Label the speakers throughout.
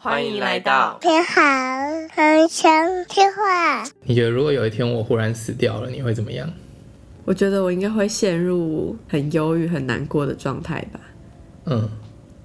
Speaker 1: 欢迎来到
Speaker 2: 你好，很想听话。
Speaker 3: 你觉得如果有一天我忽然死掉了，你会怎么样？
Speaker 1: 我觉得我应该会陷入很忧郁、很难过的状态吧。
Speaker 3: 嗯，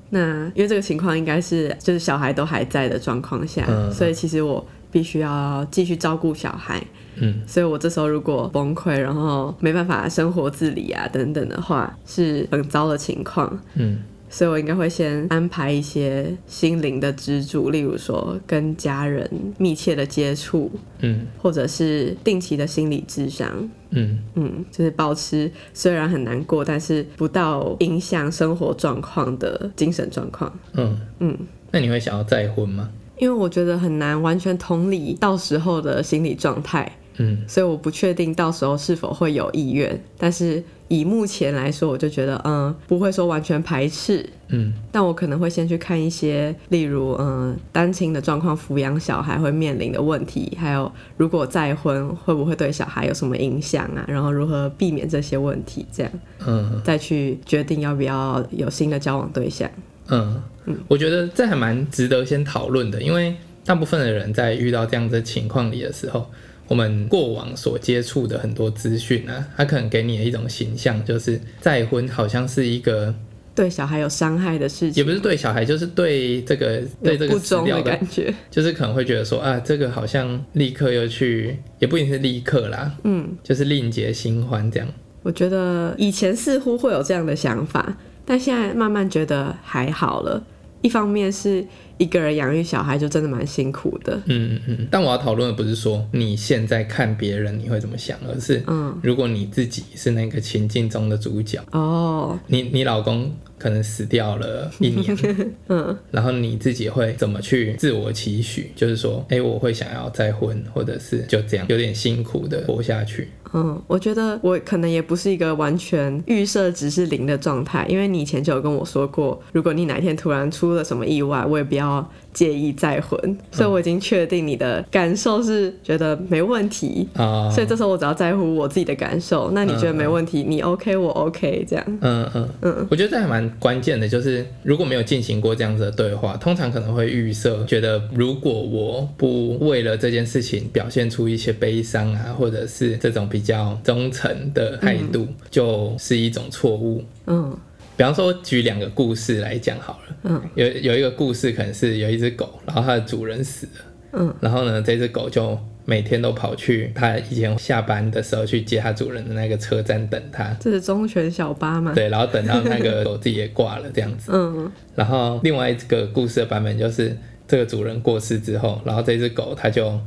Speaker 1: 那因为这个情况应该是就是小孩都还在的状况下，
Speaker 3: 嗯
Speaker 1: 所以其实我必须要继续照顾小孩。
Speaker 3: 嗯，
Speaker 1: 所以我这时候如果崩溃，然后没办法生活自理啊等等的话，是很糟的情况。
Speaker 3: 嗯，
Speaker 1: 所以我应该会先安排一些心灵的支柱，例如说跟家人密切的接触，
Speaker 3: 嗯，
Speaker 1: 或者是定期的心理智商。
Speaker 3: 嗯，
Speaker 1: 嗯，就是保持虽然很难过，但是不到影响生活状况的精神状况。
Speaker 3: 嗯，
Speaker 1: 嗯，
Speaker 3: 那你会想要再婚吗？
Speaker 1: 因为我觉得很难完全同理到时候的心理状态，
Speaker 3: 嗯
Speaker 1: 所以我不确定到时候是否会有意愿。但是以目前来说，我就觉得嗯，不会说完全排斥，
Speaker 3: 嗯
Speaker 1: 但我可能会先去看一些，例如嗯单亲的状况抚养小孩会面临的问题，还有如果再婚会不会对小孩有什么影响啊，然后如何避免这些问题，这样。
Speaker 3: 嗯
Speaker 1: 再去决定要不要有新的交往对象。
Speaker 3: 嗯，我觉得这还蛮值得先讨论的，因为大部分的人在遇到这样的情况里的时候，我们过往所接触的很多资讯啊，它可能给你的一种形象就是再婚好像是一个，
Speaker 1: 对小孩有伤害的事
Speaker 3: 也
Speaker 1: 情，
Speaker 3: 不是对小孩，就是对这个对这
Speaker 1: 有不
Speaker 3: 个死
Speaker 1: 忠
Speaker 3: 掉
Speaker 1: 的
Speaker 3: 的
Speaker 1: 感觉，
Speaker 3: 就是可能会觉得说啊，这个好像立刻又去，也不一定是立刻啦，
Speaker 1: 嗯，
Speaker 3: 就是另结新欢这样。
Speaker 1: 我觉得以前似乎会有这样的想法，但现在慢慢觉得还好了。一方面是一个人养育小孩就真的蛮辛苦的，
Speaker 3: 嗯嗯嗯。但我要讨论的不是说你现在看别人你会怎么想，而是
Speaker 1: 嗯，
Speaker 3: 如果你自己是那个情境中的主角，
Speaker 1: 哦，
Speaker 3: 你你老公可能死掉了一年，
Speaker 1: 嗯，
Speaker 3: 然后你自己会怎么去自我期许？就是说，哎、我会想要再婚，或者是就这样有点辛苦的活下去。
Speaker 1: 嗯，我觉得我可能也不是一个完全预设值是零的状态，因为你以前就有跟我说过，如果你哪一天突然出了什么意外，我也不要介意再婚，所以我已经确定你的感受是觉得没问题，
Speaker 3: 啊、
Speaker 1: 所以这时候我只要在乎我自己的感受，那你觉得没问题，你 OK 我 OK 这样，
Speaker 3: 嗯嗯
Speaker 1: 嗯
Speaker 3: 嗯，我觉得这还蛮关键的，就是如果没有进行过这样子的对话，通常可能会预设，觉得如果我不为了这件事情表现出一些悲伤啊，或者是这种比较忠诚的态度，就是一种错误。
Speaker 1: 嗯
Speaker 3: 嗯比方说，举两个故事来讲好了。
Speaker 1: 嗯，
Speaker 3: 有有一个故事可能是有一只狗，然后它的主人死了。
Speaker 1: 嗯，
Speaker 3: 然后呢，这只狗就每天都跑去它以前下班的时候去接它主人的那个车站等它。
Speaker 1: 这是忠犬小八嘛，
Speaker 3: 对，然后等到那个狗自己也挂了这样子。
Speaker 1: 嗯
Speaker 3: 然后另外一个故事的版本就是这个主人过世之后，然后这只狗它就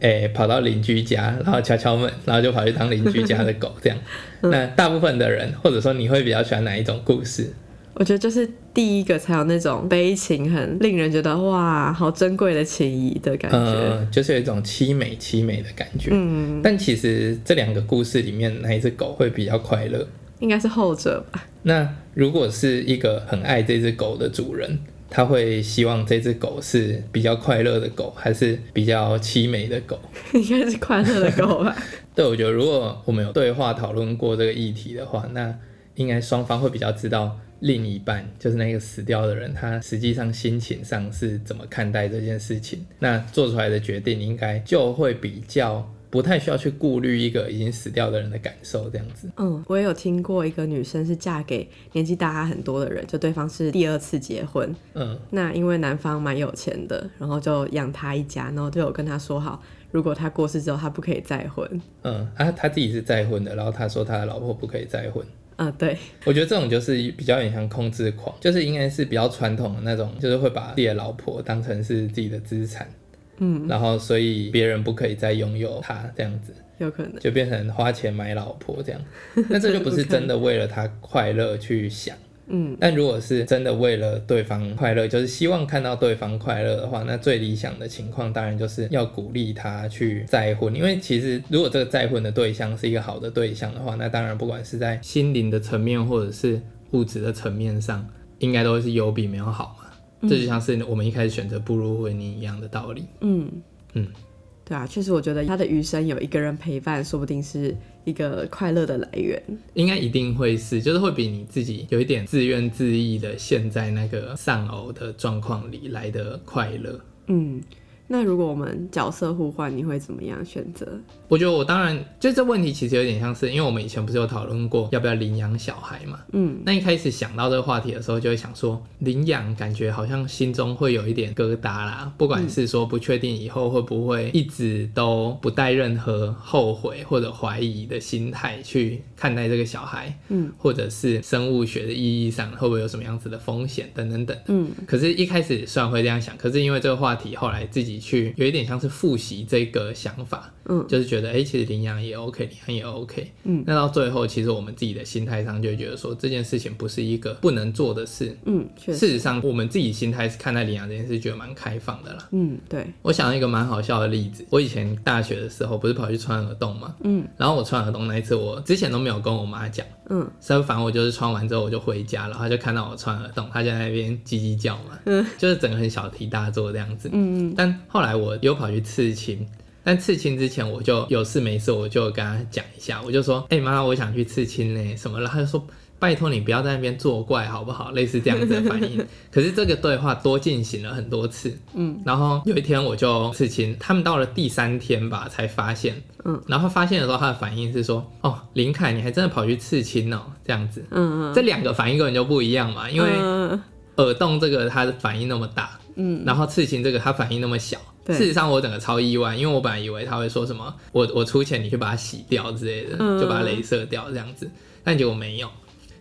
Speaker 3: 诶、跑到邻居家，然后敲敲门，然后就跑去当邻居家的狗 这样。
Speaker 1: 嗯
Speaker 3: 那大部分的人，或者说你会比较喜欢哪一种故事？
Speaker 1: 我觉得就是第一个才有那种悲情，很令人觉得哇，好珍贵的情谊的感觉，
Speaker 3: 呃，就是有一种凄美凄美的感觉。
Speaker 1: 嗯。
Speaker 3: 但其实这两个故事里面，哪一只狗会比较快乐？
Speaker 1: 应该是后者吧。
Speaker 3: 那如果是一个很爱这只狗的主人，他会希望这只狗是比较快乐的狗，还是比较凄美的狗？
Speaker 1: 应该是快乐的 狗吧？
Speaker 3: 对，我觉得如果我们有对话讨论过这个议题的话，那应该双方会比较知道另一半，就是那个死掉的人，他实际上心情上是怎么看待这件事情。那做出来的决定应该就会比较不太需要去顾虑一个已经死掉的人的感受，这样子。
Speaker 1: 嗯，我也有听过一个女生是嫁给年纪大她很多的人，就对方是第二次结婚。
Speaker 3: 嗯
Speaker 1: 那因为男方蛮有钱的，然后就养她一家，然后就有跟她说好，如果她过世之后，她不可以再婚。
Speaker 3: 嗯啊，他自己是再婚的，然后他说他的老婆不可以再婚。
Speaker 1: 嗯，对，
Speaker 3: 我觉得这种就是比较有点像控制狂，就是应该是比较传统的那种，就是会把自己的老婆当成是自己的资产，
Speaker 1: 嗯，
Speaker 3: 然后所以别人不可以再拥有她，这样子
Speaker 1: 有可能。
Speaker 3: 就变成花钱买老婆这样。 那这就不是真的为了她快乐去想，
Speaker 1: 嗯，
Speaker 3: 但如果是真的为了对方快乐，就是希望看到对方快乐的话，那最理想的情况当然就是要鼓励他去再婚，因为其实如果这个再婚的对象是一个好的对象的话，那当然不管是在心灵的层面或者是物质的层面上，应该都是有比没有好嘛。这就像是我们一开始选择步入婚姻一样的道理。
Speaker 1: 嗯
Speaker 3: 嗯，
Speaker 1: 对啊，确实，我觉得他的余生有一个人陪伴，说不定是一个快乐的来源。
Speaker 3: 应该一定会是，就是会比你自己有一点自怨自艾的陷在那个丧偶的状况里来的快乐。
Speaker 1: 嗯，那如果我们角色互换，你会怎么样选择？
Speaker 3: 我觉得我当然，就这问题其实有点像是，因为我们以前不是有讨论过要不要领养小孩嘛。
Speaker 1: 嗯，
Speaker 3: 那一开始想到这个话题的时候，就会想说，领养感觉好像心中会有一点疙瘩啦，不管是说不确定以后会不会一直都不带任何后悔或者怀疑的心态去看待这个小孩，
Speaker 1: 嗯，
Speaker 3: 或者是生物学的意义上会不会有什么样子的风险等等等。
Speaker 1: 嗯，
Speaker 3: 可是，一开始虽然会这样想，可是因为这个话题，后来自己去有一点像是复习这个想法，
Speaker 1: 嗯
Speaker 3: 就是觉得哎、诶其实领养也 OK，领养也 OK，
Speaker 1: 嗯
Speaker 3: 那到最后，其实我们自己的心态上就会觉得说这件事情不是一个不能做的事。
Speaker 1: 嗯，确
Speaker 3: 事
Speaker 1: 实，
Speaker 3: 实上，我们自己心态是看待领养这件事，觉得蛮开放的啦。
Speaker 1: 嗯，对，
Speaker 3: 我想到一个蛮好笑的例子，我以前大学的时候不是跑去穿耳洞嘛，
Speaker 1: 嗯
Speaker 3: 然后我穿耳洞那一次，我之前都没有跟我妈讲，
Speaker 1: 嗯
Speaker 3: 所以反正我就是穿完之后我就回家，然后她就看到我穿耳洞，她就在那边叽叽叫嘛，
Speaker 1: 嗯
Speaker 3: 就是整个很小题大做这样子。
Speaker 1: 嗯
Speaker 3: 但后来我又跑去刺青，但刺青之前我就有事没事我就跟他讲一下，我就说：“哎、妈，我想去刺青嘞，什么？”然后他就说：“拜托你不要在那边作怪好不好？”类似这样子的反 应。可是这个对话多进行了很多次，
Speaker 1: 嗯，
Speaker 3: 然后有一天我就刺青，他们到了第三天吧才发现，
Speaker 1: 嗯，
Speaker 3: 然后发现的时候他的反应是说：“哦，林凯，你还真的跑去刺青哦，这样子。”
Speaker 1: 嗯嗯，
Speaker 3: 这两个反应根本就不一样嘛，因为
Speaker 1: 嗯
Speaker 3: 耳洞这个它的反应那么大，
Speaker 1: 嗯，
Speaker 3: 然后刺青这个它反应那么小。
Speaker 1: 对
Speaker 3: 事实上，我整个超意外，因为我本来以为他会说什么“我我出钱你去把它洗掉”之类的，
Speaker 1: 嗯
Speaker 3: 就把它镭射掉这样子，但结果没有。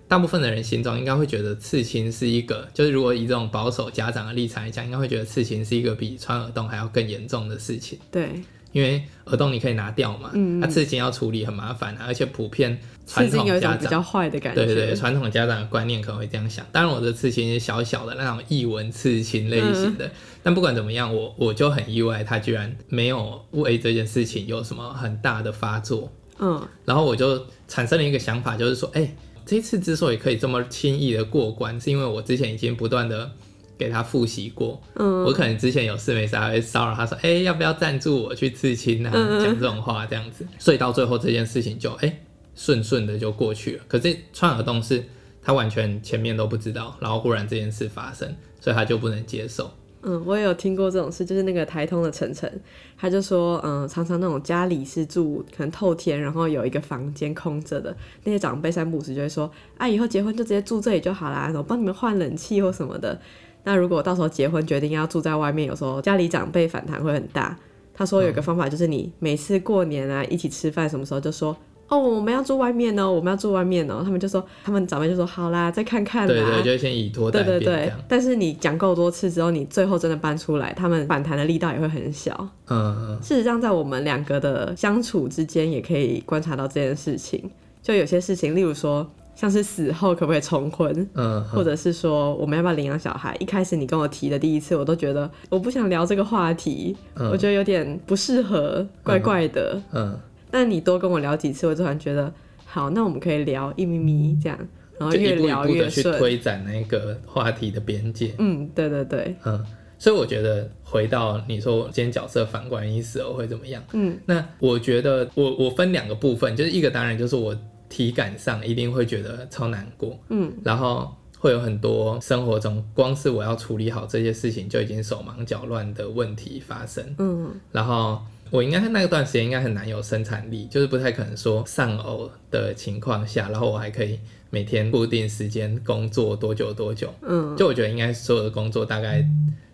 Speaker 3: 大部分的人心中应该会觉得刺青是一个，就是如果以这种保守家长的立场来讲，应该会觉得刺青是一个比穿耳洞还要更严重的事情。
Speaker 1: 对，
Speaker 3: 因为耳洞你可以拿掉嘛，
Speaker 1: 嗯嗯
Speaker 3: 那、刺青要处理很麻烦啊，而且普遍传
Speaker 1: 刺
Speaker 3: 统
Speaker 1: 青有一
Speaker 3: 家
Speaker 1: 种比
Speaker 3: 长
Speaker 1: 较坏的感觉，
Speaker 3: 对对对，传统家长的观念可能会这样想。当然，我的刺青是小小的那种异文刺青类型
Speaker 1: 嗯
Speaker 3: 的，但不管怎么样，我我就很意外，他居然没有为这件事情有什么很大的发作。
Speaker 1: 嗯
Speaker 3: 然后我就产生了一个想法，就是说，哎、这次之所以可以这么轻易的过关，是因为我之前已经不断的给他复习过，
Speaker 1: 嗯
Speaker 3: 我可能之前有事没事还会骚扰他说，哎、要不要赞助我去刺青啊？
Speaker 1: 嗯
Speaker 3: 讲这种话这样子，所以到最后这件事情就哎顺顺的就过去了。可是穿耳洞是他完全前面都不知道，然后忽然这件事发生，所以他就不能接受。
Speaker 1: 嗯，我也有听过这种事，就是那个台通的晨晨，他就说，嗯，常常那种家里是住可能透天，然后有一个房间空着的，那些长辈三不五时就会说，啊，以后结婚就直接住这里就好啦，我帮你们换冷气或什么的。那如果到时候结婚决定要住在外面，有时候家里长辈反弹会很大。他说有
Speaker 3: 嗯
Speaker 1: 一个方法就是你每次过年啊一起吃饭什么时候就说。哦，我们要住外面哦，我们要住外面哦。他们就说，他们长辈就说，好啦，再看看啦。
Speaker 3: 对对，就先以拖
Speaker 1: 对
Speaker 3: 待
Speaker 1: 对
Speaker 3: 变这
Speaker 1: 对
Speaker 3: 样。，
Speaker 1: 但是你讲够多次之后，你最后真的搬出来，他们反弹的力道也会很小。
Speaker 3: 嗯嗯。
Speaker 1: 事实上，在我们两个的相处之间，也可以观察到这件事情。就有些事情，例如说，像是死后可不可以重婚，
Speaker 3: 嗯，
Speaker 1: 或者是说我们要不要领养小孩。一开始你跟我提的第一次，我都觉得我不想聊这个话题，
Speaker 3: 嗯
Speaker 1: 我觉得有点不适合，怪怪的。
Speaker 3: 嗯，
Speaker 1: 但你多跟我聊几次，我突然觉得好，那我们可以聊一咪咪这样，然后
Speaker 3: 就
Speaker 1: 越
Speaker 3: 一步一
Speaker 1: 聊
Speaker 3: 步
Speaker 1: 越
Speaker 3: 的去
Speaker 1: 顺。
Speaker 3: 推展那个话题的边界。
Speaker 1: 嗯，对对对，
Speaker 3: 嗯，所以我觉得回到你说我今天角色反观意识我会怎么样？
Speaker 1: 嗯，
Speaker 3: 那我觉得我我分两个部分，就是一个当然就是我体感上一定会觉得超难过，
Speaker 1: 嗯，
Speaker 3: 然后。会有很多生活中，光是我要处理好这些事情就已经手忙脚乱的问题发生。
Speaker 1: 嗯。
Speaker 3: 然后我应该那段时间应该很难有生产力，就是不太可能说丧偶的情况下，然后我还可以每天固定时间工作多久多久。
Speaker 1: 嗯
Speaker 3: 就我觉得应该所有的工作大概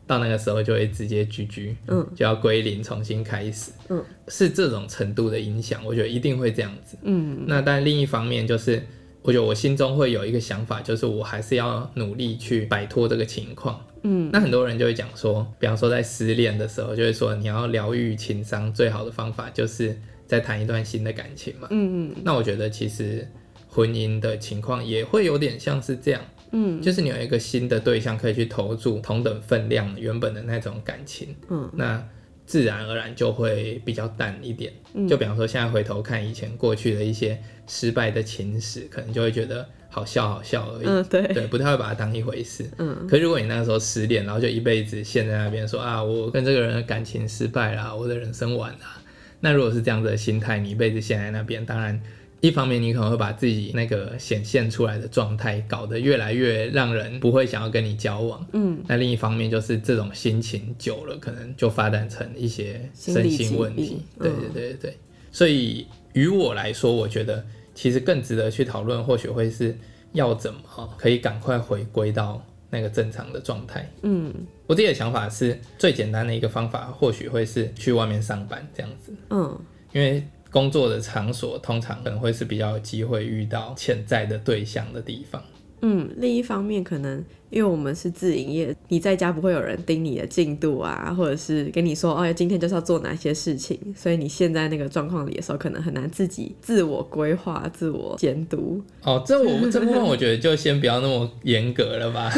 Speaker 3: 到那个时候就会直接 GG，
Speaker 1: 嗯，
Speaker 3: 就要归零重新开始，
Speaker 1: 嗯，
Speaker 3: 是这种程度的影响，我觉得一定会这样子。
Speaker 1: 嗯
Speaker 3: 那但另一方面就是，我觉得我心中会有一个想法，就是我还是要努力去摆脱这个情况。
Speaker 1: 嗯
Speaker 3: 那很多人就会讲说，比方说在失恋的时候，就会说你要疗愈情伤，最好的方法就是再谈一段新的感情嘛。
Speaker 1: 嗯
Speaker 3: 那我觉得其实婚姻的情况也会有点像是这样，
Speaker 1: 嗯
Speaker 3: 就是你有一个新的对象可以去投注同等分量原本的那种感情，
Speaker 1: 嗯
Speaker 3: 那自然而然就会比较淡一点。
Speaker 1: 嗯
Speaker 3: 就比方说现在回头看以前过去的一些失败的情史，可能就会觉得。好笑好笑而已，
Speaker 1: 嗯，对，
Speaker 3: 对，不太会把它当一回事。
Speaker 1: 嗯，
Speaker 3: 可是如果你那个时候失恋，然后就一辈子陷在那边说啊，我跟这个人的感情失败啦，我的人生完啦。那如果是这样子的心态，你一辈子陷在那边，当然一方面你可能会把自己那个显现出来的状态搞得越来越让人不会想要跟你交往。
Speaker 1: 嗯，
Speaker 3: 那另一方面就是这种心情久了，可能就发展成一些身心问
Speaker 1: 心理
Speaker 3: 题
Speaker 1: 疾。病
Speaker 3: 对
Speaker 1: 嗯
Speaker 3: 对对对，所以于我来说，我觉得其实更值得去讨论，或许会是要怎么可以赶快回归到那个正常的状态。
Speaker 1: 嗯
Speaker 3: 我自己的想法是最简单的一个方法，或许会是去外面上班这样子，
Speaker 1: 嗯
Speaker 3: 因为工作的场所通常可能会是比较有机会遇到潜在的对象的地方。
Speaker 1: 嗯。另一方面，可能因为我们是自营业，你在家不会有人盯你的进度啊，或者是跟你说哦，今天就是要做哪些事情，所以你现在那个状况里的时候，可能很难自己自我规划、自我监督。
Speaker 3: 哦，这我这部分我觉得就先不要那么严格了 吧，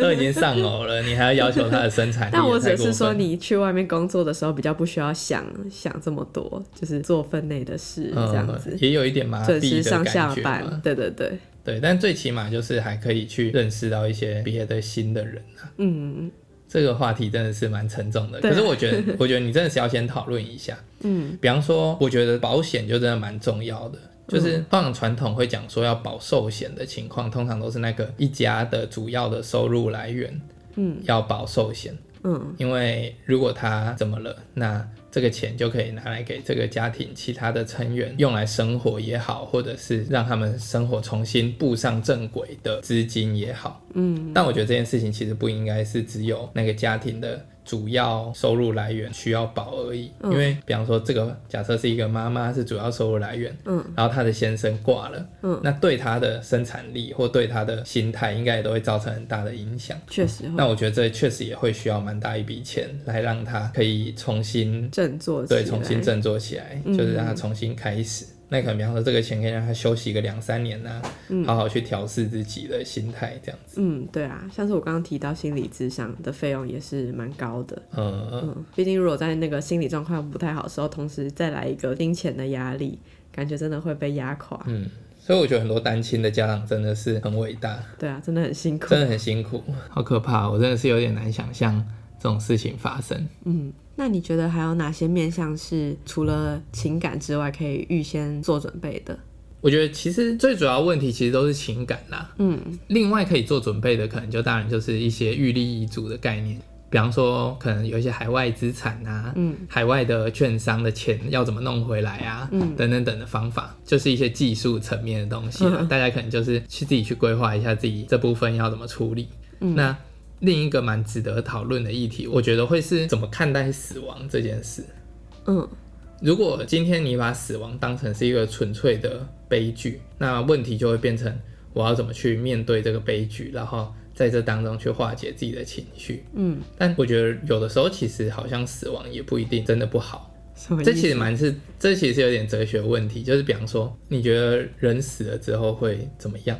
Speaker 3: 都已经上偶了，你还要要求他的生产力，
Speaker 1: 但
Speaker 3: 哎
Speaker 1: 我
Speaker 3: 也太
Speaker 1: 只
Speaker 3: 过
Speaker 1: 是说，
Speaker 3: 分
Speaker 1: 你去外面工作的时候，比较不需要想想这么多，就是做分内的事这样子
Speaker 3: 嗯，，也有一点麻
Speaker 1: 准
Speaker 3: 痹
Speaker 1: 时
Speaker 3: 的
Speaker 1: 上
Speaker 3: 感
Speaker 1: 下
Speaker 3: 觉
Speaker 1: 班。
Speaker 3: 嘛。
Speaker 1: 对对对，
Speaker 3: 对，但最起码就是还可以去认识到一些别的新的人啊。
Speaker 1: 嗯
Speaker 3: 这个话题真的是蛮沉重的，
Speaker 1: 对啊
Speaker 3: 可是我觉 得，我觉得你真的是要先讨论一下。
Speaker 1: 嗯
Speaker 3: 比方说，我觉得保险就真的蛮重要的。
Speaker 1: 嗯
Speaker 3: 就是通常传统会讲说要保寿险的情况，通常都是那个一家的主要的收入来源
Speaker 1: 嗯
Speaker 3: 要保寿险，
Speaker 1: 嗯
Speaker 3: 因为如果他怎么了，那这个钱就可以拿来给这个家庭其他的成员用来生活也好，或者是让他们生活重新步上正轨的资金也好。
Speaker 1: 嗯
Speaker 3: 但我觉得这件事情其实不应该是只有那个家庭的主要收入来源需要保而已，
Speaker 1: 嗯
Speaker 3: 因为比方说这个假设是一个妈妈是主要收入来源，
Speaker 1: 嗯
Speaker 3: 然后她的先生挂了，
Speaker 1: 嗯
Speaker 3: 那对她的生产力或对她的心态应该也都会造成很大的影响。
Speaker 1: 确实
Speaker 3: 那
Speaker 1: 会
Speaker 3: 我觉得这确实也会需要蛮大一笔钱来让她可以重新
Speaker 1: 振作起来，
Speaker 3: 对重新振作起来，
Speaker 1: 嗯
Speaker 3: 就是让她重新开始。那可能比方说这个钱可以让她休息个两三年呐、
Speaker 1: 嗯
Speaker 3: 好好去调试自己的心态这样子。
Speaker 1: 嗯，对啊，像是我刚刚提到心理智商的费用也是蛮高的。
Speaker 3: 嗯
Speaker 1: 嗯，毕竟如果在那个心理状况不太好的时候，同时再来一个金钱的压力，感觉真的会被压垮。
Speaker 3: 嗯，所以我觉得很多单亲的家长真的是很伟大，
Speaker 1: 对啊，真的很辛苦
Speaker 3: 真。的很辛苦，好可怕，哦我真的是有点难想象这种事情发生。
Speaker 1: 嗯，那你觉得还有哪些面向是除了情感之外可以预先做准备的？
Speaker 3: 我觉得其实最主要问题其实都是情感啦，
Speaker 1: 嗯
Speaker 3: 另外可以做准备的可能就当然就是一些预立遗嘱的概念，比方说可能有一些海外资产啊，
Speaker 1: 嗯
Speaker 3: 海外的券商的钱要怎么弄回来啊，
Speaker 1: 嗯
Speaker 3: 等等等的方法，就是一些技术层面的东西啦。
Speaker 1: 嗯
Speaker 3: 大家可能就是去自己去规划一下自己这部分要怎么处理。
Speaker 1: 嗯
Speaker 3: 那另一个蛮值得讨论的议题，我觉得会是怎么看待死亡这件事。
Speaker 1: 嗯
Speaker 3: 如果今天你把死亡当成是一个纯粹的悲剧，那问题就会变成我要怎么去面对这个悲剧，然后在这当中去化解自己的情绪。
Speaker 1: 嗯，
Speaker 3: 但我觉得有的时候其实好像死亡也不一定真的不好，
Speaker 1: 什么意思？
Speaker 3: 这其实蛮是这其实有点哲学问题，就是比方说你觉得人死了之后会怎么样？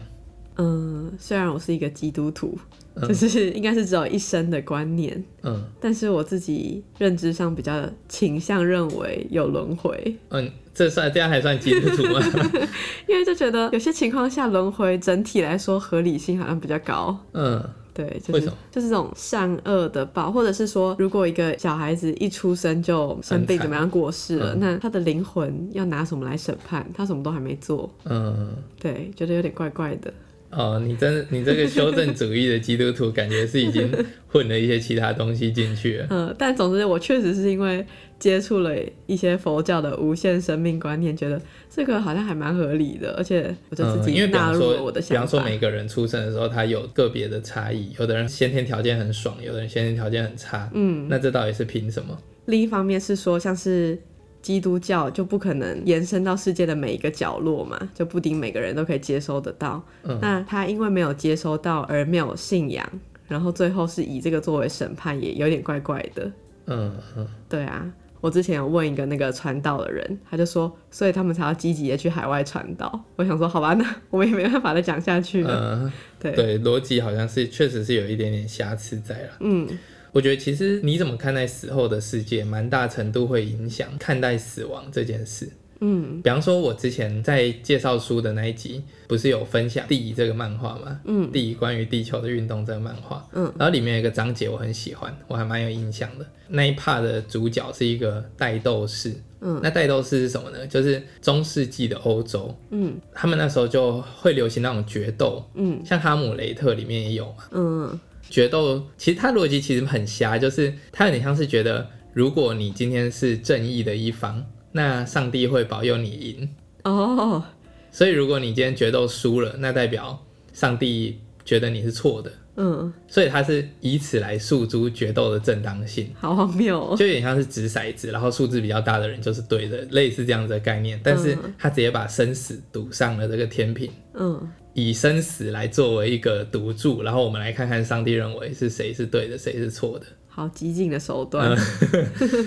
Speaker 1: 嗯，虽然我是一个基督徒，
Speaker 3: 嗯
Speaker 1: 就是应该是只有一生的观念，
Speaker 3: 嗯
Speaker 1: 但是我自己认知上比较倾向认为有轮回，
Speaker 3: 嗯，这算这样还算基督徒吗？
Speaker 1: 因为就觉得有些情况下轮回整体来说合理性好像比较高。
Speaker 3: 嗯
Speaker 1: 对，就
Speaker 3: 为
Speaker 1: 是
Speaker 3: 什么
Speaker 1: 就是这种善恶的报，或者是说，如果一个小孩子一出生就生
Speaker 3: 很
Speaker 1: 病
Speaker 3: 惨
Speaker 1: 怎么样过世了，
Speaker 3: 嗯
Speaker 1: 那他的灵魂要拿什么来审判？他什么都还没做，
Speaker 3: 嗯。
Speaker 1: 对，觉得有点怪怪的。
Speaker 3: 哦，你真 你这个修正主义的基督徒，感觉是已经混了一些其他东西进去了。
Speaker 1: 嗯，但总之，我确实是因为接触了一些佛教的无限生命观念，觉得这个好像还蛮合理的，而且我 就
Speaker 3: 嗯，
Speaker 1: 自
Speaker 3: 因
Speaker 1: 己
Speaker 3: 为比
Speaker 1: 纳
Speaker 3: 方
Speaker 1: 入了
Speaker 3: 说，
Speaker 1: 我的
Speaker 3: 比
Speaker 1: 想
Speaker 3: 方说
Speaker 1: 法。
Speaker 3: 每个人出生的时候，他有个别的差异，有的人先天条件很爽，有的人先天条件很差。
Speaker 1: 嗯，
Speaker 3: 那这到底是凭什么？
Speaker 1: 另一方面是说，像是基督教就不可能延伸到世界的每一个角落嘛，就不一定每个人都可以接收得到。
Speaker 3: 嗯
Speaker 1: 那他因为没有接收到而没有信仰，然后最后是以这个作为审判，也有点怪怪的。
Speaker 3: 嗯嗯，
Speaker 1: 对啊，我之前有问一个那个传道的人，他就说，所以他们才要积极的去海外传道。我想说，好吧，那我们也没办法再讲下去了。
Speaker 3: 嗯，
Speaker 1: 对，
Speaker 3: 对，逻辑好像是确实是有一点点瑕疵在啦。
Speaker 1: 嗯
Speaker 3: 我觉得其实你怎么看待死后的世界，蛮大程度会影响看待死亡这件事。
Speaker 1: 嗯
Speaker 3: 比方说，我之前在介绍书的那一集，不是有分享《地》这个漫画吗？
Speaker 1: 嗯
Speaker 3: 地关于地球的运动这个漫画，
Speaker 1: 嗯，
Speaker 3: 然后里面有一个章节我很喜欢，我还蛮有印象的。那一 part 的主角是一个带斗士，
Speaker 1: 嗯
Speaker 3: 那带斗士是什么呢？就是中世纪的欧洲，
Speaker 1: 嗯
Speaker 3: 他们那时候就会流行那种决斗，
Speaker 1: 嗯
Speaker 3: 像《哈姆雷特》里面也有嘛。
Speaker 1: 嗯
Speaker 3: 决斗其实它逻辑其实很瞎，就是它有点像是觉得，如果你今天是正义的一方，那上帝会保佑你赢。
Speaker 1: 哦
Speaker 3: 所以如果你今天决斗输了，那代表上帝觉得你是错的，
Speaker 1: 嗯，
Speaker 3: 所以他是以此来诉诸决斗的正当性。
Speaker 1: 好荒谬哦。
Speaker 3: 就有点像是掷骰子，然后数字比较大的人就是对的，类似这样子的概念。但是
Speaker 1: 嗯
Speaker 3: 他直接把生死赌上了这个天平，
Speaker 1: 嗯
Speaker 3: 以生死来作为一个赌注，然后我们来看看上帝认为是谁是对的，谁是错的。
Speaker 1: 好激进的手段。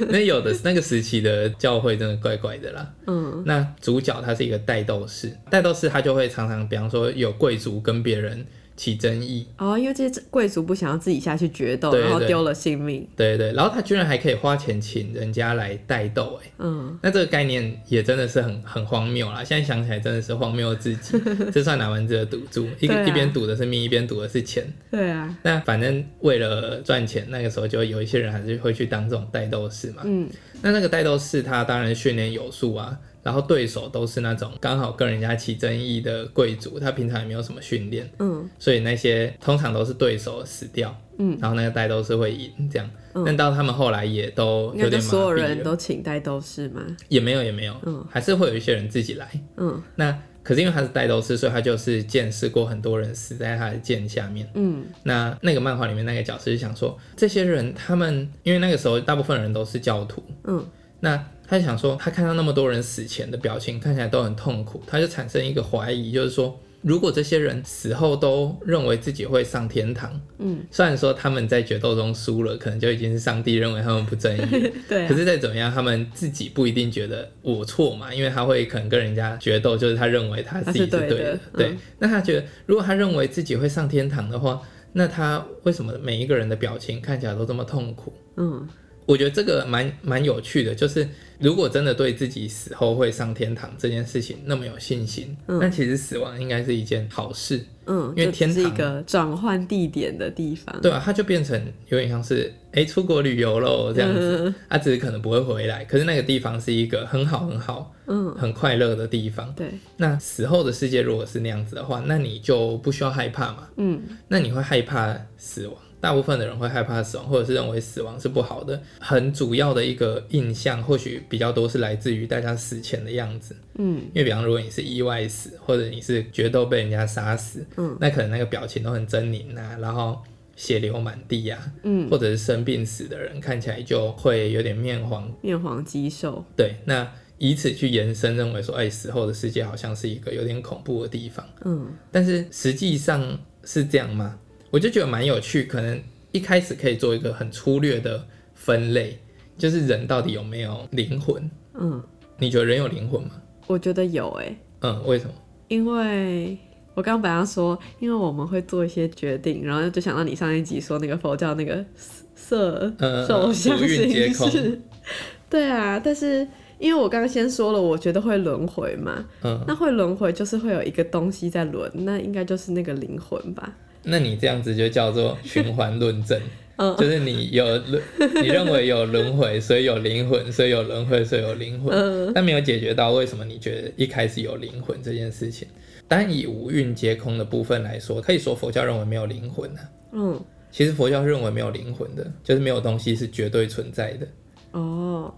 Speaker 3: 那有的那个时期的教会真的怪怪的啦。
Speaker 1: 嗯
Speaker 3: 那主角他是一个带斗士，带斗士他就会常常，比方说有贵族跟别人起争议，
Speaker 1: 哦，因为这些贵族不想要自己下去决斗，
Speaker 3: 对
Speaker 1: 然后
Speaker 3: 对
Speaker 1: 丢了性命。
Speaker 3: 对对，然后他居然还可以花钱请人家来带斗，哎，
Speaker 1: 嗯
Speaker 3: 那这个概念也真的是很很荒谬啦。现在想起来真的是荒谬至极， 这算哪门子的赌注？一个、
Speaker 1: 对啊
Speaker 3: 一边赌的是命，一边赌的是钱。，
Speaker 1: 对啊，
Speaker 3: 那反正为了赚钱，那个时候就有一些人还是会去当这种带斗士嘛。
Speaker 1: 嗯
Speaker 3: 那那个带斗士他当然训练有素啊，然后对手都是那种刚好跟人家起争议的贵族，他平常也没有什么训练，
Speaker 1: 嗯
Speaker 3: 所以那些通常都是对手死掉，
Speaker 1: 嗯，
Speaker 3: 然后那个带斗士会赢这样。
Speaker 1: 嗯
Speaker 3: 但到他们后来也都
Speaker 1: 应
Speaker 3: 有
Speaker 1: 该就
Speaker 3: 点麻
Speaker 1: 所有
Speaker 3: 痹
Speaker 1: 人
Speaker 3: 了，
Speaker 1: 都请带斗士嘛。
Speaker 3: 也没有也没有，
Speaker 1: 嗯
Speaker 3: 还是会有一些人自己来。
Speaker 1: 嗯
Speaker 3: 那可是因为他是带斗士，所以他就是见识过很多人死在他的剑下面。
Speaker 1: 嗯
Speaker 3: 那那个漫画里面那个角色就想说，这些人他们因为那个时候大部分人都是教徒，
Speaker 1: 嗯
Speaker 3: 那他就想说，他看到那么多人死前的表情，看起来都很痛苦，他就产生一个怀疑，就是说，如果这些人死后都认为自己会上天堂，
Speaker 1: 嗯，
Speaker 3: 虽然说他们在决斗中输了，可能就已经是上帝认为他们不正义了
Speaker 1: 对
Speaker 3: 可
Speaker 1: 啊，
Speaker 3: 是再怎么样，他们自己不一定觉得我错嘛，因为他会可能跟人家决斗，就是他认为他自己
Speaker 1: 他是对的
Speaker 3: 对的。
Speaker 1: 嗯
Speaker 3: 对，那他觉得如果他认为自己会上天堂的话，那他为什么每一个人的表情看起来都这么痛苦？
Speaker 1: 嗯
Speaker 3: 我觉得这个蛮蛮有趣的，就是如果真的对自己死后会上天堂这件事情那么有信心，
Speaker 1: 嗯
Speaker 3: 那其实死亡应该是一件好事，
Speaker 1: 嗯，
Speaker 3: 因为
Speaker 1: 就
Speaker 3: 天
Speaker 1: 只是一
Speaker 3: 堂
Speaker 1: 个转换地点的地方。
Speaker 3: 对啊，它就变成有点像是哎、诶出国旅游喽这样子
Speaker 1: 嗯，
Speaker 3: 他、只是可能不会回来，可是那个地方是一个很好很好
Speaker 1: 嗯，
Speaker 3: 很快乐的地方。
Speaker 1: 对，
Speaker 3: 那死后的世界如果是那样子的话，那你就不需要害怕嘛，
Speaker 1: 嗯
Speaker 3: 那你会害怕死亡。大部分的人会害怕死亡，或者是认为死亡是不好的。很主要的一个印象，或许比较多是来自于大家死前的样子。
Speaker 1: 嗯
Speaker 3: 因为，比方，如果你是意外死，或者你是决斗被人家杀死，
Speaker 1: 嗯
Speaker 3: 那可能那个表情都很狰狞啊，然后血流满地啊，
Speaker 1: 嗯，
Speaker 3: 或者是生病死的人看起来就会有点面黄。
Speaker 1: 面黄肌瘦。
Speaker 3: 对，那以此去延伸，认为说，哎、死后的世界好像是一个有点恐怖的地方。
Speaker 1: 嗯
Speaker 3: 但是实际上是这样吗？我就觉得蛮有趣，可能一开始可以做一个很粗略的分类，就是人到底有没有灵魂？
Speaker 1: 嗯，
Speaker 3: 你觉得人有灵魂吗？
Speaker 1: 我觉得有欸诶、
Speaker 3: 嗯，为什么？
Speaker 1: 因为我刚刚本来要说，因为我们会做一些决定，然后就想到你上一集说那个佛教那个色
Speaker 3: 嗯
Speaker 1: 受想
Speaker 3: 五蕴皆
Speaker 1: 行
Speaker 3: 空
Speaker 1: 识， 对啊，但是因为我刚刚先说了，我觉得会轮回嘛，
Speaker 3: 嗯，
Speaker 1: 那会轮回就是会有一个东西在轮，那应该就是那个灵魂吧？
Speaker 3: 那你这样子就叫做循环论证，
Speaker 1: 嗯
Speaker 3: 就是你有轮，你认为有轮回，所以有灵魂，所以有轮回，所以有灵魂。
Speaker 1: 嗯
Speaker 3: 但没有解决到为什么你觉得一开始有灵魂这件事情。单以五蕴皆空的部分来说，可以说佛教认为没有灵魂啊。
Speaker 1: 嗯，
Speaker 3: 其实佛教认为没有灵魂的，就是没有东西是绝对存在的。
Speaker 1: 哦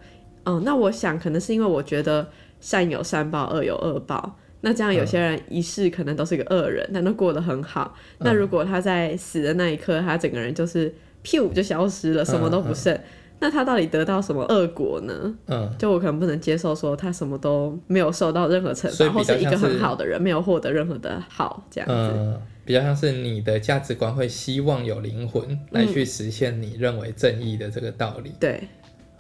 Speaker 1: 哦，那我想可能是因为我觉得善有善报，恶有恶报。那这样有些人一世可能都是个恶人，但都过得很好。
Speaker 3: 嗯
Speaker 1: 那如果他在死的那一刻，他整个人就是屁就消失了，什么都不剩，那他到底得到什么恶果呢？
Speaker 3: 嗯，
Speaker 1: 就我可能不能接受说他什么都没有受到任何惩
Speaker 3: 所以
Speaker 1: 罚，
Speaker 3: 比较像
Speaker 1: 或是
Speaker 3: 是
Speaker 1: 一个很好的人没有获得任何的好这样子。
Speaker 3: 嗯，比较像是你的价值观会希望有灵魂来
Speaker 1: 嗯
Speaker 3: 去实现你认为正义的这个道理。
Speaker 1: 对，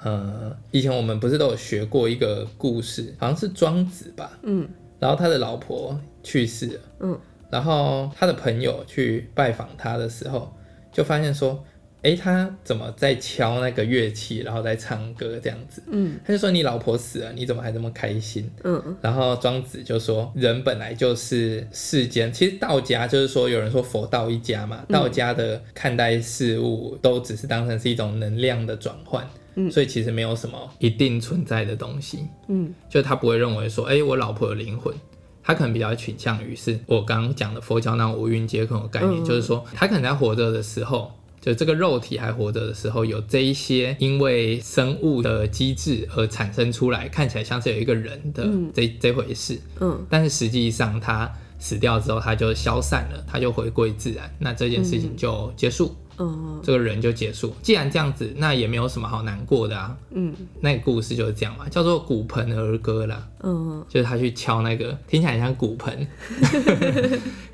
Speaker 3: 呃，以前我们不是都有学过一个故事，好像是庄子吧，
Speaker 1: 嗯
Speaker 3: 然后他的老婆去世了，
Speaker 1: 嗯
Speaker 3: 然后他的朋友去拜访他的时候，就发现说，诶，他怎么在敲那个乐器，然后在唱歌这样子？
Speaker 1: 嗯
Speaker 3: 他就说你老婆死了，你怎么还这么开心？
Speaker 1: 嗯
Speaker 3: 然后庄子就说，人本来就是世间，其实道家就是说，有人说佛道一家嘛，
Speaker 1: 嗯
Speaker 3: 道家的看待事物都只是当成是一种能量的转换，
Speaker 1: 嗯
Speaker 3: 所以其实没有什么一定存在的东西，
Speaker 1: 嗯
Speaker 3: 就他不会认为说，哎、我老婆有灵魂。他可能比较倾向于是我刚刚讲的佛教那种五蕴皆空的概念，
Speaker 1: 嗯
Speaker 3: 就是说他可能在活着的时候，就这个肉体还活着的时候，有这一些因为生物的机制而产生出来，看起来像是有一个人的
Speaker 1: 嗯
Speaker 3: 这、这回事，
Speaker 1: 嗯
Speaker 3: 但是实际上他死掉之后，他就消散了，他就回归自然，那这件事情就结束，
Speaker 1: 嗯
Speaker 3: 这个人就结束。既然这样子，那也没有什么好难过的啊。
Speaker 1: 嗯
Speaker 3: 那个故事就是这样嘛，叫做骨盆儿歌啦，
Speaker 1: 嗯
Speaker 3: 就是他去敲那个，听起来很像骨盆，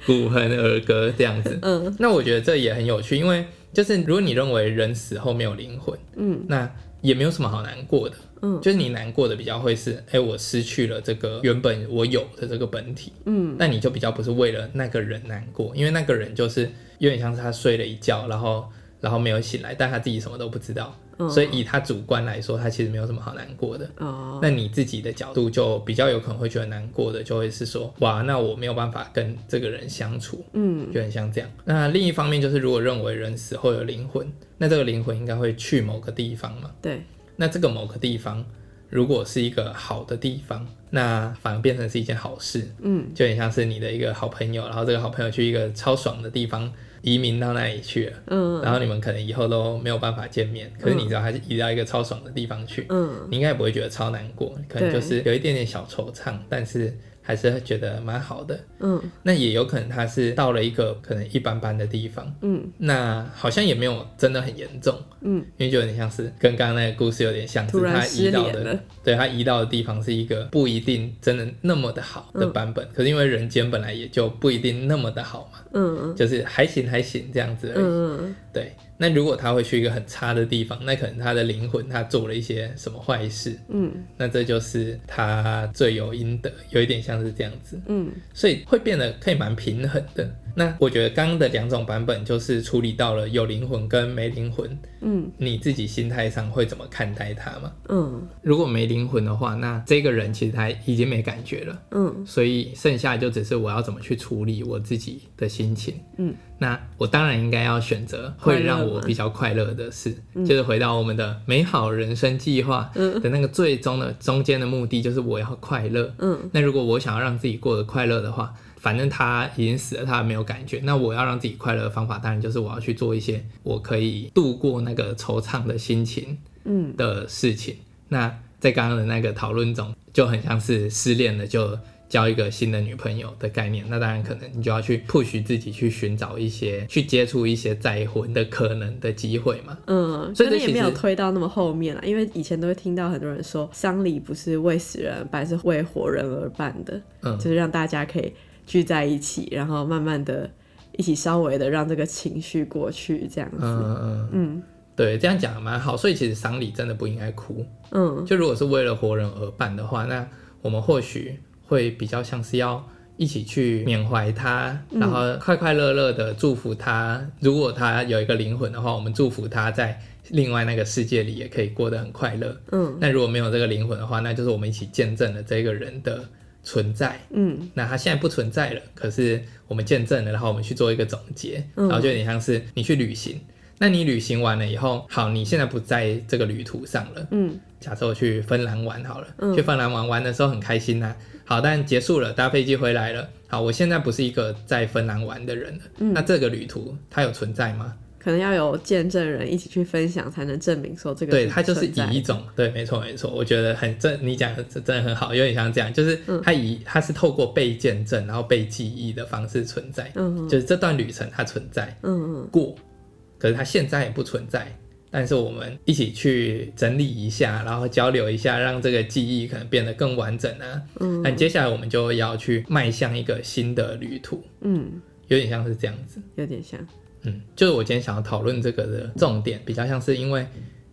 Speaker 3: 骨盆儿歌这样子。
Speaker 1: 嗯
Speaker 3: 那我觉得这也很有趣，因为就是如果你认为人死后没有灵魂，
Speaker 1: 嗯
Speaker 3: 那也没有什么好难过的。
Speaker 1: 嗯
Speaker 3: 就是你难过的比较会是，哎、我失去了这个原本我有的这个本体，
Speaker 1: 嗯
Speaker 3: 那你就比较不是为了那个人难过，因为那个人就是有点像是他睡了一觉，然后然后没有醒来，但他自己什么都不知道，
Speaker 1: 嗯
Speaker 3: 所以以他主观来说，他其实没有什么好难过的。
Speaker 1: 哦
Speaker 3: 那你自己的角度就比较有可能会觉得难过的，就会是说，哇，那我没有办法跟这个人相处，
Speaker 1: 嗯
Speaker 3: 就很像这样。那另一方面就是，如果认为人死后有灵魂，那这个灵魂应该会去某个地方嘛？
Speaker 1: 对
Speaker 3: 那这个某个地方如果是一个好的地方，那反而变成是一件好事，
Speaker 1: 嗯
Speaker 3: 就很像是你的一个好朋友，然后这个好朋友去一个超爽的地方移民到那里去了，
Speaker 1: 嗯
Speaker 3: 然后你们可能以后都没有办法见面，可是你知道他是移到一个超爽的地方去，
Speaker 1: 嗯
Speaker 3: 你应该也不会觉得超难过，可能就是有一点点小惆怅，但是还是觉得蛮好的。
Speaker 1: 嗯
Speaker 3: 那也有可能他是到了一个可能一般般的地方，
Speaker 1: 嗯
Speaker 3: 那好像也没有真的很严重，
Speaker 1: 嗯
Speaker 3: 因为就有点像是跟刚刚那个故事有点像，
Speaker 1: 突
Speaker 3: 是
Speaker 1: 然
Speaker 3: 他移到
Speaker 1: 失联
Speaker 3: 的
Speaker 1: 了，
Speaker 3: 对他移到的地方是一个不一定真的那么的好
Speaker 1: 嗯
Speaker 3: 的版本，可是因为人间本来也就不一定那么的好嘛，
Speaker 1: 嗯
Speaker 3: 就是还行还行这样子而已。
Speaker 1: 嗯
Speaker 3: 对，那如果他会去一个很差的地方，那可能他的灵魂他做了一些什么坏事，
Speaker 1: 嗯
Speaker 3: 那这就是他罪有应得，有一点像是这样子。
Speaker 1: 嗯
Speaker 3: 所以会变得可以蛮平衡的。那我觉得刚刚的两种版本就是处理到了有灵魂跟没灵魂，
Speaker 1: 嗯
Speaker 3: 你自己心态上会怎么看待它嘛？
Speaker 1: 嗯
Speaker 3: 如果没灵魂的话，那这个人其实他已经没感觉了，
Speaker 1: 嗯
Speaker 3: 所以剩下就只是我要怎么去处理我自己的心情。
Speaker 1: 嗯，
Speaker 3: 那我当然应该要选择会让我比较快乐的事，
Speaker 1: 嗯
Speaker 3: 就是回到我们的美好人生计划的那个最终的中间的目的，就是我要快乐。
Speaker 1: 嗯
Speaker 3: 那如果我想要让自己过得快乐的话，反正他已经死了，他没有感觉。那我要让自己快乐的方法，当然就是我要去做一些我可以度过那个惆怅的心情
Speaker 1: 嗯
Speaker 3: 的事情。那在刚刚的那个讨论中，就很像是失恋了就交一个新的女朋友的概念。那当然，可能你就要去 push 自己去寻找一些去接触一些再婚的可能的机会嘛。
Speaker 1: 嗯，
Speaker 3: 所以
Speaker 1: 可
Speaker 3: 这
Speaker 1: 能也
Speaker 3: 其
Speaker 1: 没有
Speaker 3: 实
Speaker 1: 推到那么后面啦，因为以前都会听到很多人说，丧礼不是为死人而办，是为活人而办的。
Speaker 3: 嗯，
Speaker 1: 就是让大家可以聚在一起，然后慢慢的一起稍微的让这个情绪过去，这样子。
Speaker 3: 嗯嗯嗯，
Speaker 1: 嗯
Speaker 3: 对，这样讲得蛮好。所以其实丧礼真的不应该哭。
Speaker 1: 嗯
Speaker 3: 就如果是为了活人而办的话，那我们或许会比较像是要一起去缅怀他，然后快快乐乐的祝福他。如果他有一个灵魂的话，我们祝福他在另外那个世界里也可以过得很快乐。
Speaker 1: 嗯
Speaker 3: 那如果没有这个灵魂的话，那就是我们一起见证了这个人的存在。
Speaker 1: 嗯
Speaker 3: 那他现在不存在了，可是我们见证了，然后我们去做一个总结，
Speaker 1: 嗯
Speaker 3: 然后就有点像是你去旅行。那你旅行完了以后，好，你现在不在这个旅途上了，
Speaker 1: 嗯
Speaker 3: 假设我去芬兰玩好了，
Speaker 1: 嗯
Speaker 3: 去芬兰玩玩的时候很开心呐、啊好，但结束了，搭飞机回来了。好，我现在不是一个在芬兰玩的人了。
Speaker 1: 嗯
Speaker 3: 那这个旅途它有存在吗？
Speaker 1: 可能要有见证人一起去分享，才能证明说这个
Speaker 3: 对，
Speaker 1: 存
Speaker 3: 它就是
Speaker 1: 在
Speaker 3: 以一种对，没错没错，我觉得很正，你讲的真真的很好，有点像这样，就是
Speaker 1: 嗯
Speaker 3: 它以、它是透过被见证，然后被记忆的方式存在，
Speaker 1: 嗯
Speaker 3: 就是这段旅程它存在
Speaker 1: 嗯嗯
Speaker 3: 过，可是它现在也不存在。但是我们一起去整理一下，然后交流一下，让这个记忆可能变得更完整啊，
Speaker 1: 嗯
Speaker 3: 那接下来我们就要去迈向一个新的旅途，
Speaker 1: 嗯，
Speaker 3: 有点像是这样子。
Speaker 1: 有点像
Speaker 3: 嗯，就是我今天想要讨论这个的重点，比较像是因为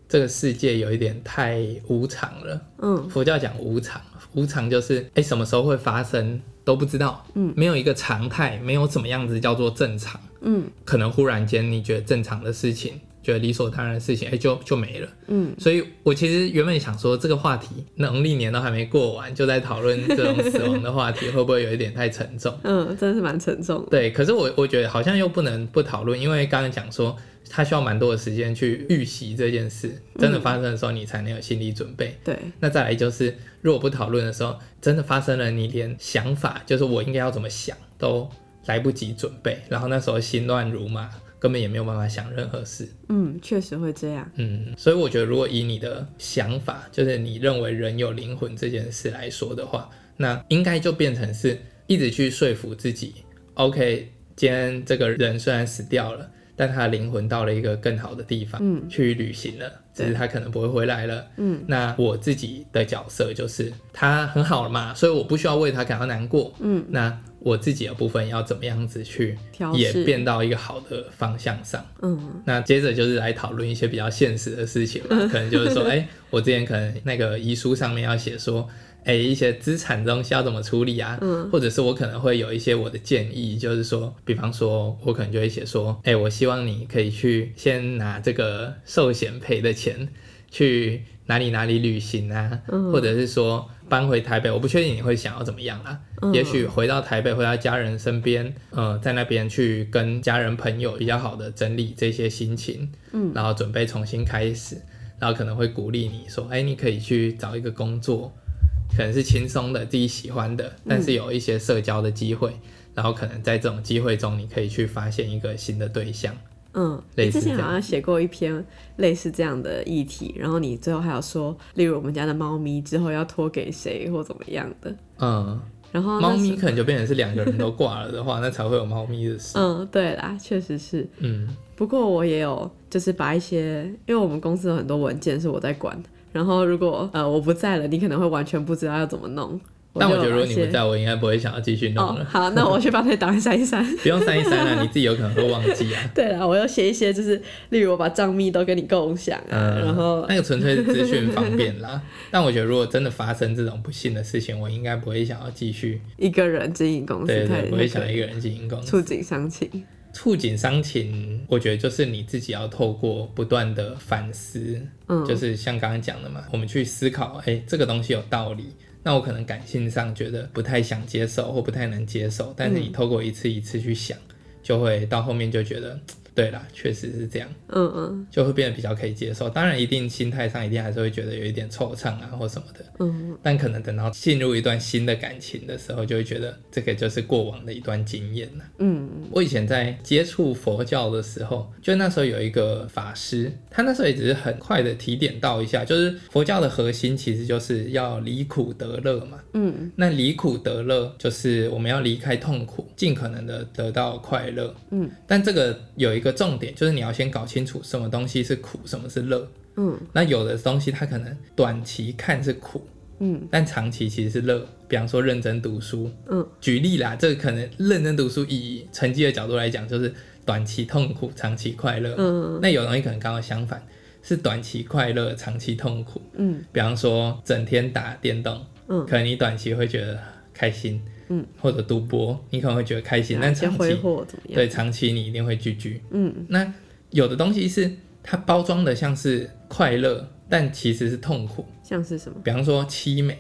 Speaker 3: 这个世界有一点太无常了。
Speaker 1: 嗯
Speaker 3: 佛教讲无常，无常就是哎、诶什么时候会发生都不知道，
Speaker 1: 嗯，
Speaker 3: 没有一个常态，没有怎么样子叫做正常。
Speaker 1: 嗯
Speaker 3: 可能忽然间你觉得正常的事情，觉得理所当然的事情，哎、就就没了。
Speaker 1: 嗯，
Speaker 3: 所以我其实原本想说，这个话题农历年都还没过完，就在讨论这种死亡的话题，会不会有一点太沉重？
Speaker 1: 嗯，真的是蛮沉重的。
Speaker 3: 对，可是我我觉得好像又不能不讨论，因为刚刚讲说他需要蛮多的时间去预习这件事，真的发生的时候你才能有心理准备。
Speaker 1: 对，
Speaker 3: 那再来就是，如果不讨论的时候，真的发生了，你连想法就是我应该要怎么想都来不及准备，然后那时候心乱如麻，根本也没有办法想任何事。
Speaker 1: 嗯，确实会这样。
Speaker 3: 嗯，所以我觉得，如果以你的想法，就是你认为人有灵魂这件事来说的话，那应该就变成是一直去说服自己，OK，今天这个人虽然死掉了，但他的灵魂到了一个更好的地方，
Speaker 1: 嗯，
Speaker 3: 去旅行了，只是
Speaker 1: 对
Speaker 3: 他可能不会回来了。
Speaker 1: 嗯，
Speaker 3: 那我自己的角色就是他很好了嘛，所以我不需要为他感到难过。
Speaker 1: 嗯，
Speaker 3: 那我自己的部分要怎么样子去
Speaker 1: 调
Speaker 3: 演
Speaker 1: 试
Speaker 3: 变到一个好的方向上？
Speaker 1: 嗯，
Speaker 3: 那接着就是来讨论一些比较现实的事情嘛，可能就是说，哎、我之前可能那个遗书上面要写说，哎、一些资产的东西要怎么处理啊，
Speaker 1: 嗯
Speaker 3: 或者是我可能会有一些我的建议，就是说，比方说，我可能就会写说，哎、我希望你可以去先拿这个寿险赔的钱去哪里哪里旅行啊，
Speaker 1: 嗯
Speaker 3: 或者是说搬回台北，我不确定你会想要怎么样啦，
Speaker 1: 嗯
Speaker 3: 也许回到台北，回到家人身边，呃，在那边去跟家人朋友比较好的整理这些心情，
Speaker 1: 嗯
Speaker 3: 然后准备重新开始，然后可能会鼓励你说，哎、你可以去找一个工作，可能是轻松的、自己喜欢的，
Speaker 1: 嗯
Speaker 3: 但是有一些社交的机会，然后可能在这种机会中，你可以去发现一个新的对象。
Speaker 1: 嗯，
Speaker 3: 类
Speaker 1: 你
Speaker 3: 似
Speaker 1: 之前
Speaker 3: 这样
Speaker 1: 好像写过一篇类似这样的议题，然后你最后还有说，例如我们家的猫咪之后要托给谁或怎么样的，
Speaker 3: 嗯，
Speaker 1: 然后哦那
Speaker 3: 猫
Speaker 1: 时
Speaker 3: 咪，可能就变成是两个人都挂了的话，那才会有猫咪的事。
Speaker 1: 嗯，对啦，确实是。
Speaker 3: 嗯
Speaker 1: 不过我也有就是把一些，因为我们公司有很多文件是我在管的，然后如果呃我不在了，你可能会完全不知道要怎么弄。
Speaker 3: 但
Speaker 1: 就
Speaker 3: 我觉得如
Speaker 1: 有
Speaker 3: 果你
Speaker 1: 把一些
Speaker 3: 不在，我应该不会想要继续弄
Speaker 1: 哦
Speaker 3: 了，。
Speaker 1: 好，那我去帮你挡删一删。
Speaker 3: 不用删一删了，你自己有可能会忘记啊。
Speaker 1: 对啦，我要写一些，就是例如我把账密都跟你共享啊，
Speaker 3: 嗯，
Speaker 1: 然后
Speaker 3: 那个纯粹是资讯方便啦。 但我觉得如果真的发生这种不幸的事情，我应该不会想要继续，
Speaker 1: 一个人经营公司，
Speaker 3: 对
Speaker 1: 太
Speaker 3: 对，不会想
Speaker 1: 那个
Speaker 3: 一个人经营公
Speaker 1: 触
Speaker 3: 司。
Speaker 1: 景伤情。
Speaker 3: 触景伤情，我觉得就是你自己要透过不断的反思，
Speaker 1: 嗯
Speaker 3: 就是像刚刚讲的嘛，我们去思考，哎、这个东西有道理。那我可能感性上觉得不太想接受或不太能接受，但是你透过一次一次去想，就会到后面就觉得，对啦，确实是这样。
Speaker 1: 嗯嗯
Speaker 3: 就会变得比较可以接受。当然，一定心态上一定还是会觉得有一点惆怅啊或什么的，
Speaker 1: 嗯，
Speaker 3: 但可能等到进入一段新的感情的时候，就会觉得这个就是过往的一段经验了、
Speaker 1: 嗯
Speaker 3: 我以前在接触佛教的时候，就那时候有一个法师，他那时候也只是很快的提点到一下，就是佛教的核心其实就是要离苦得乐嘛。
Speaker 1: 嗯
Speaker 3: 那离苦得乐，就是我们要离开痛苦，尽可能的得到快乐。
Speaker 1: 嗯，
Speaker 3: 但这个有一个重点，就是你要先搞清楚什么东西是苦，什么是乐。
Speaker 1: 嗯
Speaker 3: 那有的东西它可能短期看是苦，
Speaker 1: 嗯
Speaker 3: 但长期其实是乐。比方说认真读书，
Speaker 1: 嗯，
Speaker 3: 举例啦，这个可能认真读书以成绩的角度来讲，就是短期痛苦，长期快乐。
Speaker 1: 嗯
Speaker 3: 那有的东西可能刚好相反，是短期快乐，长期痛苦。
Speaker 1: 嗯
Speaker 3: 比方说整天打电动，
Speaker 1: 嗯，
Speaker 3: 可能你短期会觉得开心，
Speaker 1: 嗯，
Speaker 3: 或者赌博，你可能会觉得开心，但
Speaker 1: 先
Speaker 3: 长
Speaker 1: 挥
Speaker 3: 期
Speaker 1: 霍怎啊么样？
Speaker 3: 对长期你一定会拒拒。
Speaker 1: 嗯
Speaker 3: 那有的东西是它包装的像是快乐，但其实是痛苦。
Speaker 1: 像是什么？
Speaker 3: 比方说凄美，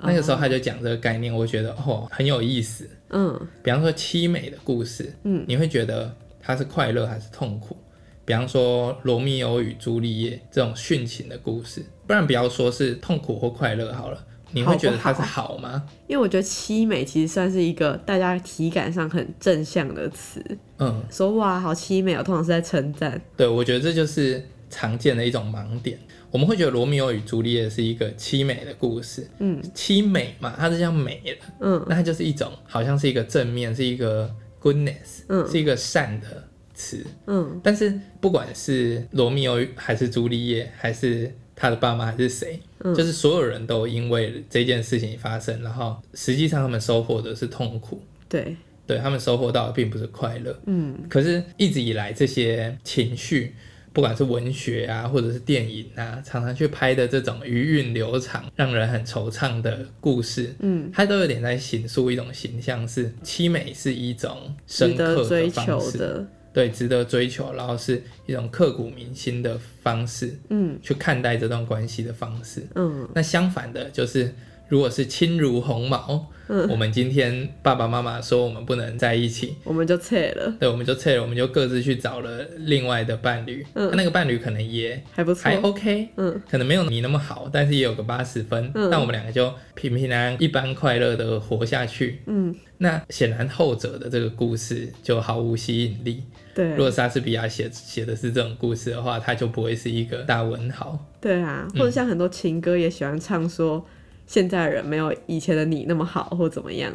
Speaker 3: 那个时候他就讲这个概念，我觉得哦很有意思。
Speaker 1: 嗯
Speaker 3: 比方说凄美的故事，
Speaker 1: 嗯
Speaker 3: 你会觉得它是快乐还是痛苦？比方说《罗密欧与朱丽叶》这种殉情的故事，不然不要说是痛苦或快乐好了，你会觉得它是好吗？
Speaker 1: 因为我觉得凄美其实算是一个大家体感上很正向的词，
Speaker 3: 嗯，
Speaker 1: 说哇好凄美哦，通常是在称赞。
Speaker 3: 对，我觉得这就是常见的一种盲点。我们会觉得《罗密欧与朱丽叶》是一个凄美的故事，
Speaker 1: 嗯
Speaker 3: 凄美嘛，它是叫美了，
Speaker 1: 嗯
Speaker 3: 那它就是一种好像是一个正面，是一个 goodness，、
Speaker 1: 嗯
Speaker 3: 是一个善的词。
Speaker 1: 嗯
Speaker 3: 但是不管是罗密欧还是朱丽叶，还是他的爸妈还是谁，
Speaker 1: 嗯
Speaker 3: 就是所有人都因为这件事情发生，然后实际上他们收获的是痛苦，
Speaker 1: 对
Speaker 3: 对他们收获到的并不是快乐。
Speaker 1: 嗯
Speaker 3: 可是，一直以来这些情绪，不管是文学啊，或者是电影啊，常常去拍的这种余韵流长、让人很惆怅的故事，
Speaker 1: 嗯
Speaker 3: 它都有点在形塑一种形象是，凄美是一种深
Speaker 1: 值
Speaker 3: 刻
Speaker 1: 得
Speaker 3: 的
Speaker 1: 追
Speaker 3: 方
Speaker 1: 求
Speaker 3: 式。
Speaker 1: 的
Speaker 3: 对值得追求，然后是一种刻骨铭心的方式，
Speaker 1: 嗯
Speaker 3: 去看待这段关系的方式。
Speaker 1: 嗯
Speaker 3: 那相反的，就是如果是亲如鸿毛，我
Speaker 1: 嗯，
Speaker 3: 们今天爸爸妈妈说我们不能在一起，
Speaker 1: 我们就撤了，
Speaker 3: 对，我们就撤了，我们就各自去找了另外的伴侣。
Speaker 1: 嗯
Speaker 3: 那那个伴侣可能也
Speaker 1: 还不错
Speaker 3: 还。OK，
Speaker 1: 嗯
Speaker 3: 可能没有你那么好，但是也有个八十分。
Speaker 1: 嗯
Speaker 3: 但我们两个就平平安安、一般快乐的活下去。
Speaker 1: 嗯，
Speaker 3: 那显然后者的这个故事就毫无吸引力。
Speaker 1: 对
Speaker 3: 如果莎士比亚写写的是这种故事的话，他就不会是一个大文豪。
Speaker 1: 对啊，或者像很多情歌也喜欢唱说现在人没有以前的你那么好或怎么样，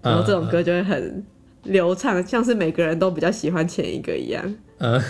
Speaker 1: 然后这种歌就会很流畅，像是每个人都比较喜欢前一个一样。
Speaker 3: 嗯，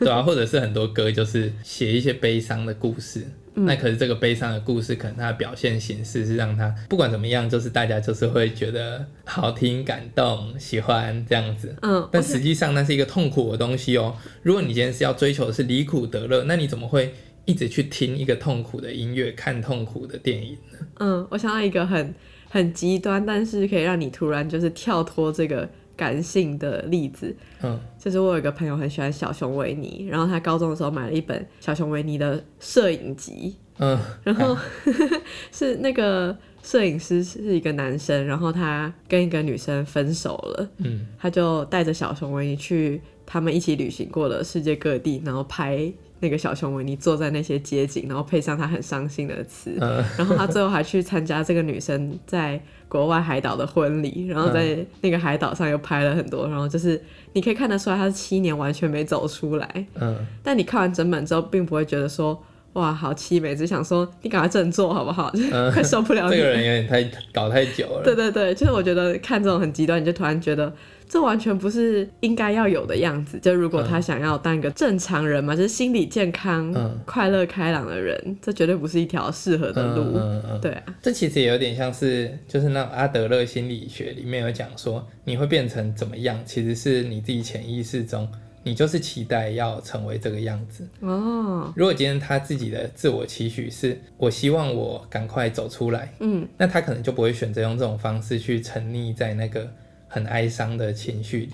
Speaker 3: 对啊，或者是很多歌就是写一些悲伤的故事。
Speaker 1: 嗯
Speaker 3: 那可是这个悲伤的故事，可能它的表现形式是让它不管怎么样，就是大家就是会觉得好听、感动、喜欢这样子。
Speaker 1: 嗯，
Speaker 3: 但实际上那是一个痛苦的东西哦。如果你今天是要追求的是离苦得乐，那你怎么会一直去听一个痛苦的音乐、看痛苦的电影呢？
Speaker 1: 嗯，我想到一个很很极端，但是可以让你突然就是跳脱这个感性的例子，
Speaker 3: 嗯
Speaker 1: 就是我有一个朋友很喜欢小熊维尼，然后他高中的时候买了一本小熊维尼的摄影集，
Speaker 3: 嗯，
Speaker 1: 然后、 是那个摄影师是一个男生，然后他跟一个女生分手了，
Speaker 3: 嗯
Speaker 1: 他就带着小熊维尼去他们一起旅行过的世界各地，然后拍那个小熊维尼坐在那些街景，然后配上他很伤心的词，
Speaker 3: 嗯
Speaker 1: 然后他最后还去参加这个女生在国外海岛的婚礼，然后在那个海岛上又拍了很多，然后就是你可以看得出来，他是七年完全没走出来。
Speaker 3: 嗯
Speaker 1: 但你看完整本之后，并不会觉得说哇好凄美，只想说你赶快振作好不好？ 就是
Speaker 3: 嗯
Speaker 1: 快受不了你
Speaker 3: 这个
Speaker 1: 了。
Speaker 3: 人有点太搞太久了。
Speaker 1: 对对对，就是我觉得看这种很极端，你就突然觉得这完全不是应该要有的样子。就如果他想要当一个正常人嘛，就是心理健康、
Speaker 3: 嗯
Speaker 1: 快乐开朗的人，这绝对不是一条适合的路。
Speaker 3: 嗯嗯
Speaker 1: 对啊，
Speaker 3: 这其实也有点像是，就是那种阿德勒心理学里面有讲说，你会变成怎么样，其实是你自己潜意识中，你就是期待要成为这个样子。
Speaker 1: 哦，
Speaker 3: 如果今天他自己的自我期许是，我希望我赶快走出来，
Speaker 1: 嗯
Speaker 3: 那他可能就不会选择用这种方式去沉溺在那个很哀伤的情绪里。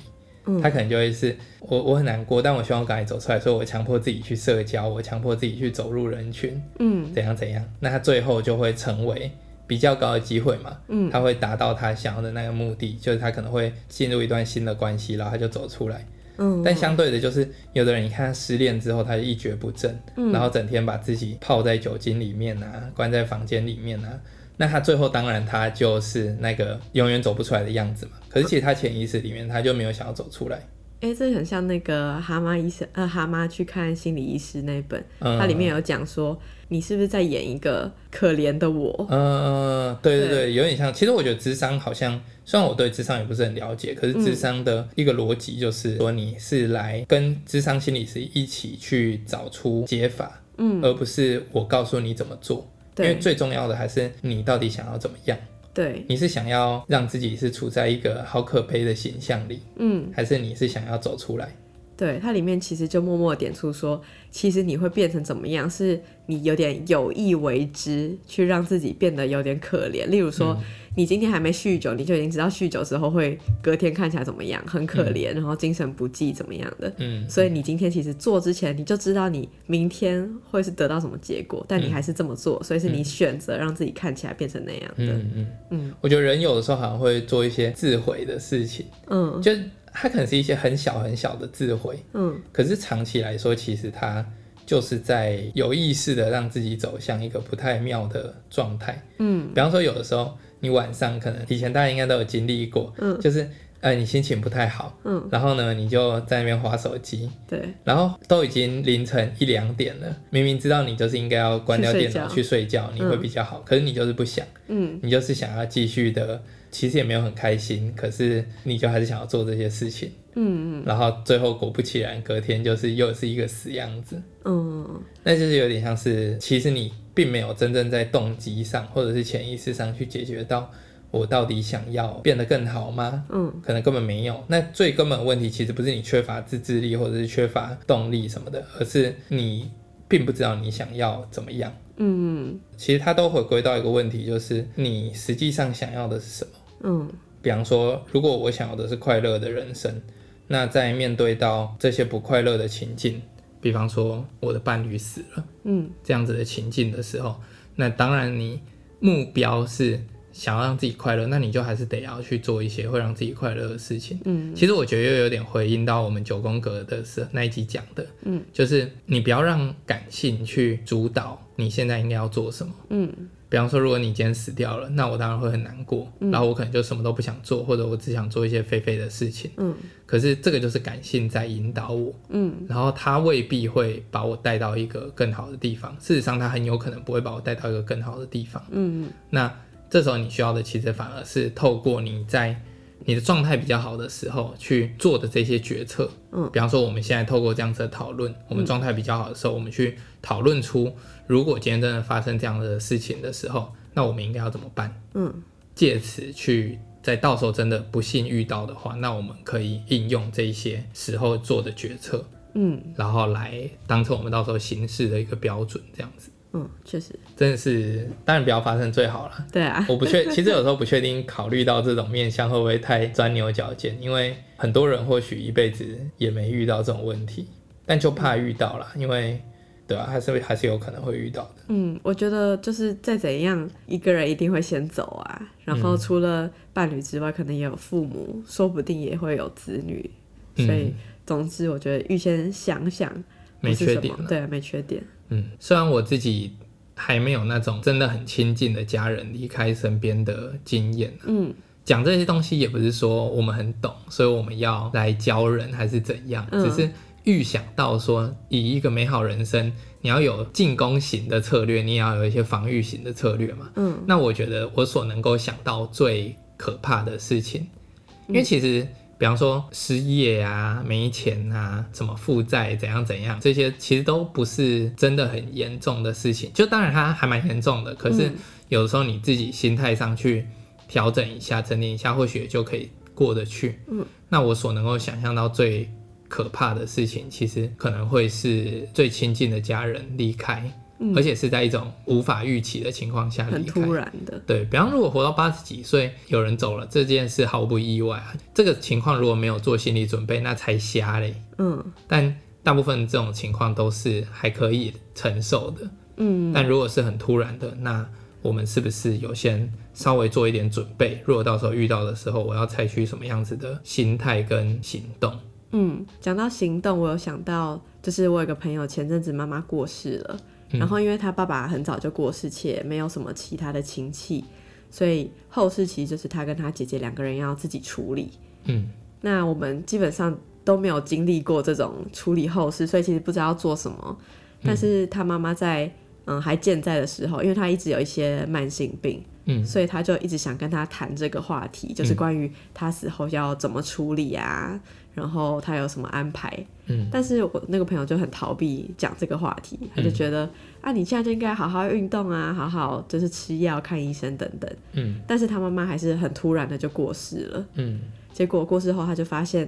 Speaker 1: 嗯
Speaker 3: 他可能就会是我我很难过，但我希望我赶快走出来，所以我强迫自己去社交，我强迫自己去走入人群，
Speaker 1: 嗯
Speaker 3: 怎样怎样，那他最后就会成为比较高的机会嘛，
Speaker 1: 嗯
Speaker 3: 他会达到他想要的那个目的，就是他可能会进入一段新的关系，然后他就走出来。
Speaker 1: 嗯，
Speaker 3: 但相对的，就是有的人你看他失恋之后，他就一蹶不振，
Speaker 1: 嗯
Speaker 3: 然后整天把自己泡在酒精里面啊，关在房间里面啊。那他最后当然他就是那个永远走不出来的样子嘛。可是其实他潜意识里面他就没有想要走出来。
Speaker 1: 哎、这很像那个蛤蟆医生，呃，蛤蟆去看心理医师那一本，
Speaker 3: 嗯
Speaker 1: 它里面有讲说，你是不是在演一个可怜的我？
Speaker 3: 嗯，对对
Speaker 1: 对
Speaker 3: 对，有点像。其实我觉得智商好像，虽然我对智商也不是很了解，可是
Speaker 1: 嗯
Speaker 3: 智商的一个逻辑就是说，你是来跟智商心理师一起去找出解法，
Speaker 1: 嗯，
Speaker 3: 而不是我告诉你怎么做。因为
Speaker 1: 对
Speaker 3: 最重要的还是你到底想要怎么样？
Speaker 1: 对，
Speaker 3: 你是想要让自己是处在一个好可悲的形象里，
Speaker 1: 嗯，
Speaker 3: 还是你是想要走出来？
Speaker 1: 对，它里面其实就默默地点出说，其实你会变成怎么样，是你有点有意为之，去让自己变得有点可怜。例如说，你今天还没酗酒，你就已经知道酗酒之后会隔天看起来怎么样，很可怜，然后精神不济怎么样的。
Speaker 3: 嗯，
Speaker 1: 所以你今天其实做之前，你就知道你明天会是得到什么结果，但你还是这么做，所以是你选择让自己看起来变成那样的。
Speaker 3: 嗯嗯
Speaker 1: 嗯
Speaker 3: 我觉得人有的时候好像会做一些自毁的事情，
Speaker 1: 嗯
Speaker 3: 就是它可能是一些很小很小的自毁，
Speaker 1: 嗯
Speaker 3: 可是长期来说，其实它就是在有意识的让自己走向一个不太妙的状态。
Speaker 1: 嗯
Speaker 3: 比方说，有的时候你晚上可能以前大家应该都有经历过，
Speaker 1: 嗯
Speaker 3: 就是呃你心情不太好，
Speaker 1: 嗯，
Speaker 3: 然后呢你就在那边划手机，
Speaker 1: 对，
Speaker 3: 然后都已经凌晨一两点了，明明知道你就是应该要关掉
Speaker 1: 去睡
Speaker 3: 电脑
Speaker 1: 觉
Speaker 3: 去睡觉，你会比较好，可是你就是不想，
Speaker 1: 嗯
Speaker 3: 你就是想要继续的，其实也没有很开心，可是你就还是想要做这些事情，
Speaker 1: 嗯嗯
Speaker 3: 然后最后果不其然，隔天就是又是一个死样子，
Speaker 1: 嗯
Speaker 3: 那就是有点像是，其实你并没有真正在动机上或者是潜意识上去解决到我到底想要变得更好吗？
Speaker 1: 嗯
Speaker 3: 可能根本没有。那最根本的问题其实不是你缺乏自制力或者是缺乏动力什么的，而是你并不知道你想要怎么样。
Speaker 1: 嗯
Speaker 3: 其实它都回归到一个问题，就是你实际上想要的是什么。
Speaker 1: 嗯
Speaker 3: 比方说，如果我想要的是快乐的人生，那在面对到这些不快乐的情境，比方说我的伴侣死了，
Speaker 1: 嗯，
Speaker 3: 这样子的情境的时候，那当然你目标是想要让自己快乐，那你就还是得要去做一些会让自己快乐的事情。
Speaker 1: 嗯，
Speaker 3: 其实我觉得又有点回应到我们九宫格的是那一集讲的，
Speaker 1: 嗯，
Speaker 3: 就是你不要让感性去主导你现在应该要做什么。
Speaker 1: 嗯
Speaker 3: 比方说，如果你今天死掉了，那我当然会很难过，然后我可能就什么都不想做，或者我只想做一些非非的事情。
Speaker 1: 嗯
Speaker 3: 可是这个就是感性在引导我，
Speaker 1: 嗯
Speaker 3: 然后它未必会把我带到一个更好的地方。事实上，它很有可能不会把我带到一个更好的地方。
Speaker 1: 嗯
Speaker 3: 那这时候你需要的其实反而是透过你在你的状态比较好的时候去做的这些决策。
Speaker 1: 嗯
Speaker 3: 比方说我们现在透过这样子的讨论，我们状态比较好的时候，我们去讨论出如果今天真的发生这样的事情的时候，那我们应该要怎么办？
Speaker 1: 嗯
Speaker 3: 借此去。在到时候真的不幸遇到的话，那我们可以应用这一些时候做的决策，
Speaker 1: 嗯
Speaker 3: 然后来当成我们到时候行事的一个标准，这样子
Speaker 1: 嗯，确实，
Speaker 3: 真的是当然不要发生最好啦。
Speaker 1: 对啊，
Speaker 3: 我不 确，其实有时候不确定考虑到这种面相会不会太钻牛角尖，因为很多人或许一辈子也没遇到这种问题，但就怕遇到啦，因为对啊，还是会还是有可能会遇到的。
Speaker 1: 嗯，我觉得就是再怎样，一个人一定会先走啊。然
Speaker 3: 嗯
Speaker 1: 后除了伴侣之外，可能也有父母，说不定也会有子女。所以
Speaker 3: 嗯，
Speaker 1: 总之我觉得预先想想不
Speaker 3: 没
Speaker 1: 是
Speaker 3: 缺
Speaker 1: 什
Speaker 3: 点
Speaker 1: 么
Speaker 3: 啦
Speaker 1: 对，没缺点。
Speaker 3: 嗯，虽然我自己还没有那种真的很亲近的家人离开身边的经验、啊，
Speaker 1: 嗯
Speaker 3: 讲这些东西也不是说我们很懂，所以我们要来教人还是怎样，
Speaker 1: 嗯
Speaker 3: 只是预想到说，以一个美好人生，你要有进攻型的策略，你也要有一些防御型的策略嘛。
Speaker 1: 嗯
Speaker 3: 那我觉得我所能够想到最可怕的事情，因为其实比方说失业啊、没钱啊、怎么负债、怎样怎样，这些其实都不是真的很严重的事情。就当然它还蛮严重的，可是
Speaker 1: 嗯
Speaker 3: 有时候你自己心态上去调整一下、整理一下，或许也就可以过得去。
Speaker 1: 嗯，
Speaker 3: 那我所能够想象到最。可怕的事情，其实可能会是最亲近的家人离开，
Speaker 1: 嗯，
Speaker 3: 而且是在一种无法预期的情况下离开，
Speaker 1: 很突然的。
Speaker 3: 对，比方如果活到八十几岁，有人走了，这件事毫不意外啊。这个情况如果没有做心理准备，那才瞎嘞。
Speaker 1: 嗯
Speaker 3: 但大部分这种情况都是还可以承受的。
Speaker 1: 嗯
Speaker 3: 但如果是很突然的，那我们是不是有先稍微做一点准备？如果到时候遇到的时候，我要采取什么样子的心态跟行动？
Speaker 1: 嗯，讲到行动，我有想到，就是我有个朋友前阵子妈妈过世了，
Speaker 3: 嗯
Speaker 1: 然后因为他爸爸很早就过世，且没有什么其他的亲戚，所以后事其实就是他跟他姐姐两个人要自己处理。
Speaker 3: 嗯
Speaker 1: 那我们基本上都没有经历过这种处理后事，所以其实不知道要做什么。
Speaker 3: 嗯
Speaker 1: 但是他妈妈在嗯还健在的时候，因为他一直有一些慢性病，
Speaker 3: 嗯
Speaker 1: 所以他就一直想跟他谈这个话题，就是关于他死后要怎么处理啊，然后他有什么安排。
Speaker 3: 嗯
Speaker 1: 但是我那个朋友就很逃避讲这个话题，他就觉得、啊，你现在就应该好好运动啊，好好就是吃药、看医生等等。
Speaker 3: 嗯
Speaker 1: 但是他妈妈还是很突然的就过世了。
Speaker 3: 嗯
Speaker 1: 结果过世后，他就发现，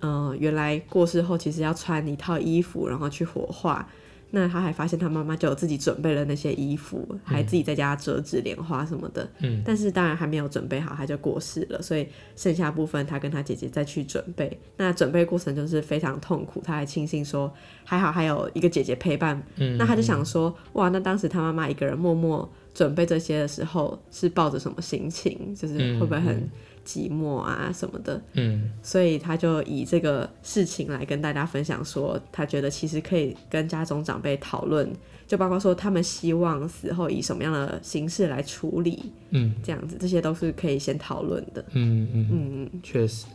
Speaker 1: 嗯、原来过世后其实要穿一套衣服，然后去火化。那他还发现他妈妈就有自己准备了那些衣服，还自己在家折纸莲花什么的。
Speaker 3: 嗯
Speaker 1: 但是当然还没有准备好，他就过世了。所以剩下部分他跟他姐姐再去准备。那准备过程就是非常痛苦，他还庆幸说还好还有一个姐姐陪伴。
Speaker 3: 嗯
Speaker 1: 那他就想说，哇，那当时他妈妈一个人默默准备这些的时候，是抱着什么心情？就是会不会很寂寞啊什么的？
Speaker 3: 嗯
Speaker 1: 所以他就以这个事情来跟大家分享说，他觉得其实可以跟家中长辈讨论，就包括说他们希望死后以什么样的形式来处理，
Speaker 3: 嗯
Speaker 1: 这样子，这些都是可以先讨论的。
Speaker 3: 嗯嗯，
Speaker 1: 嗯，
Speaker 3: 确实，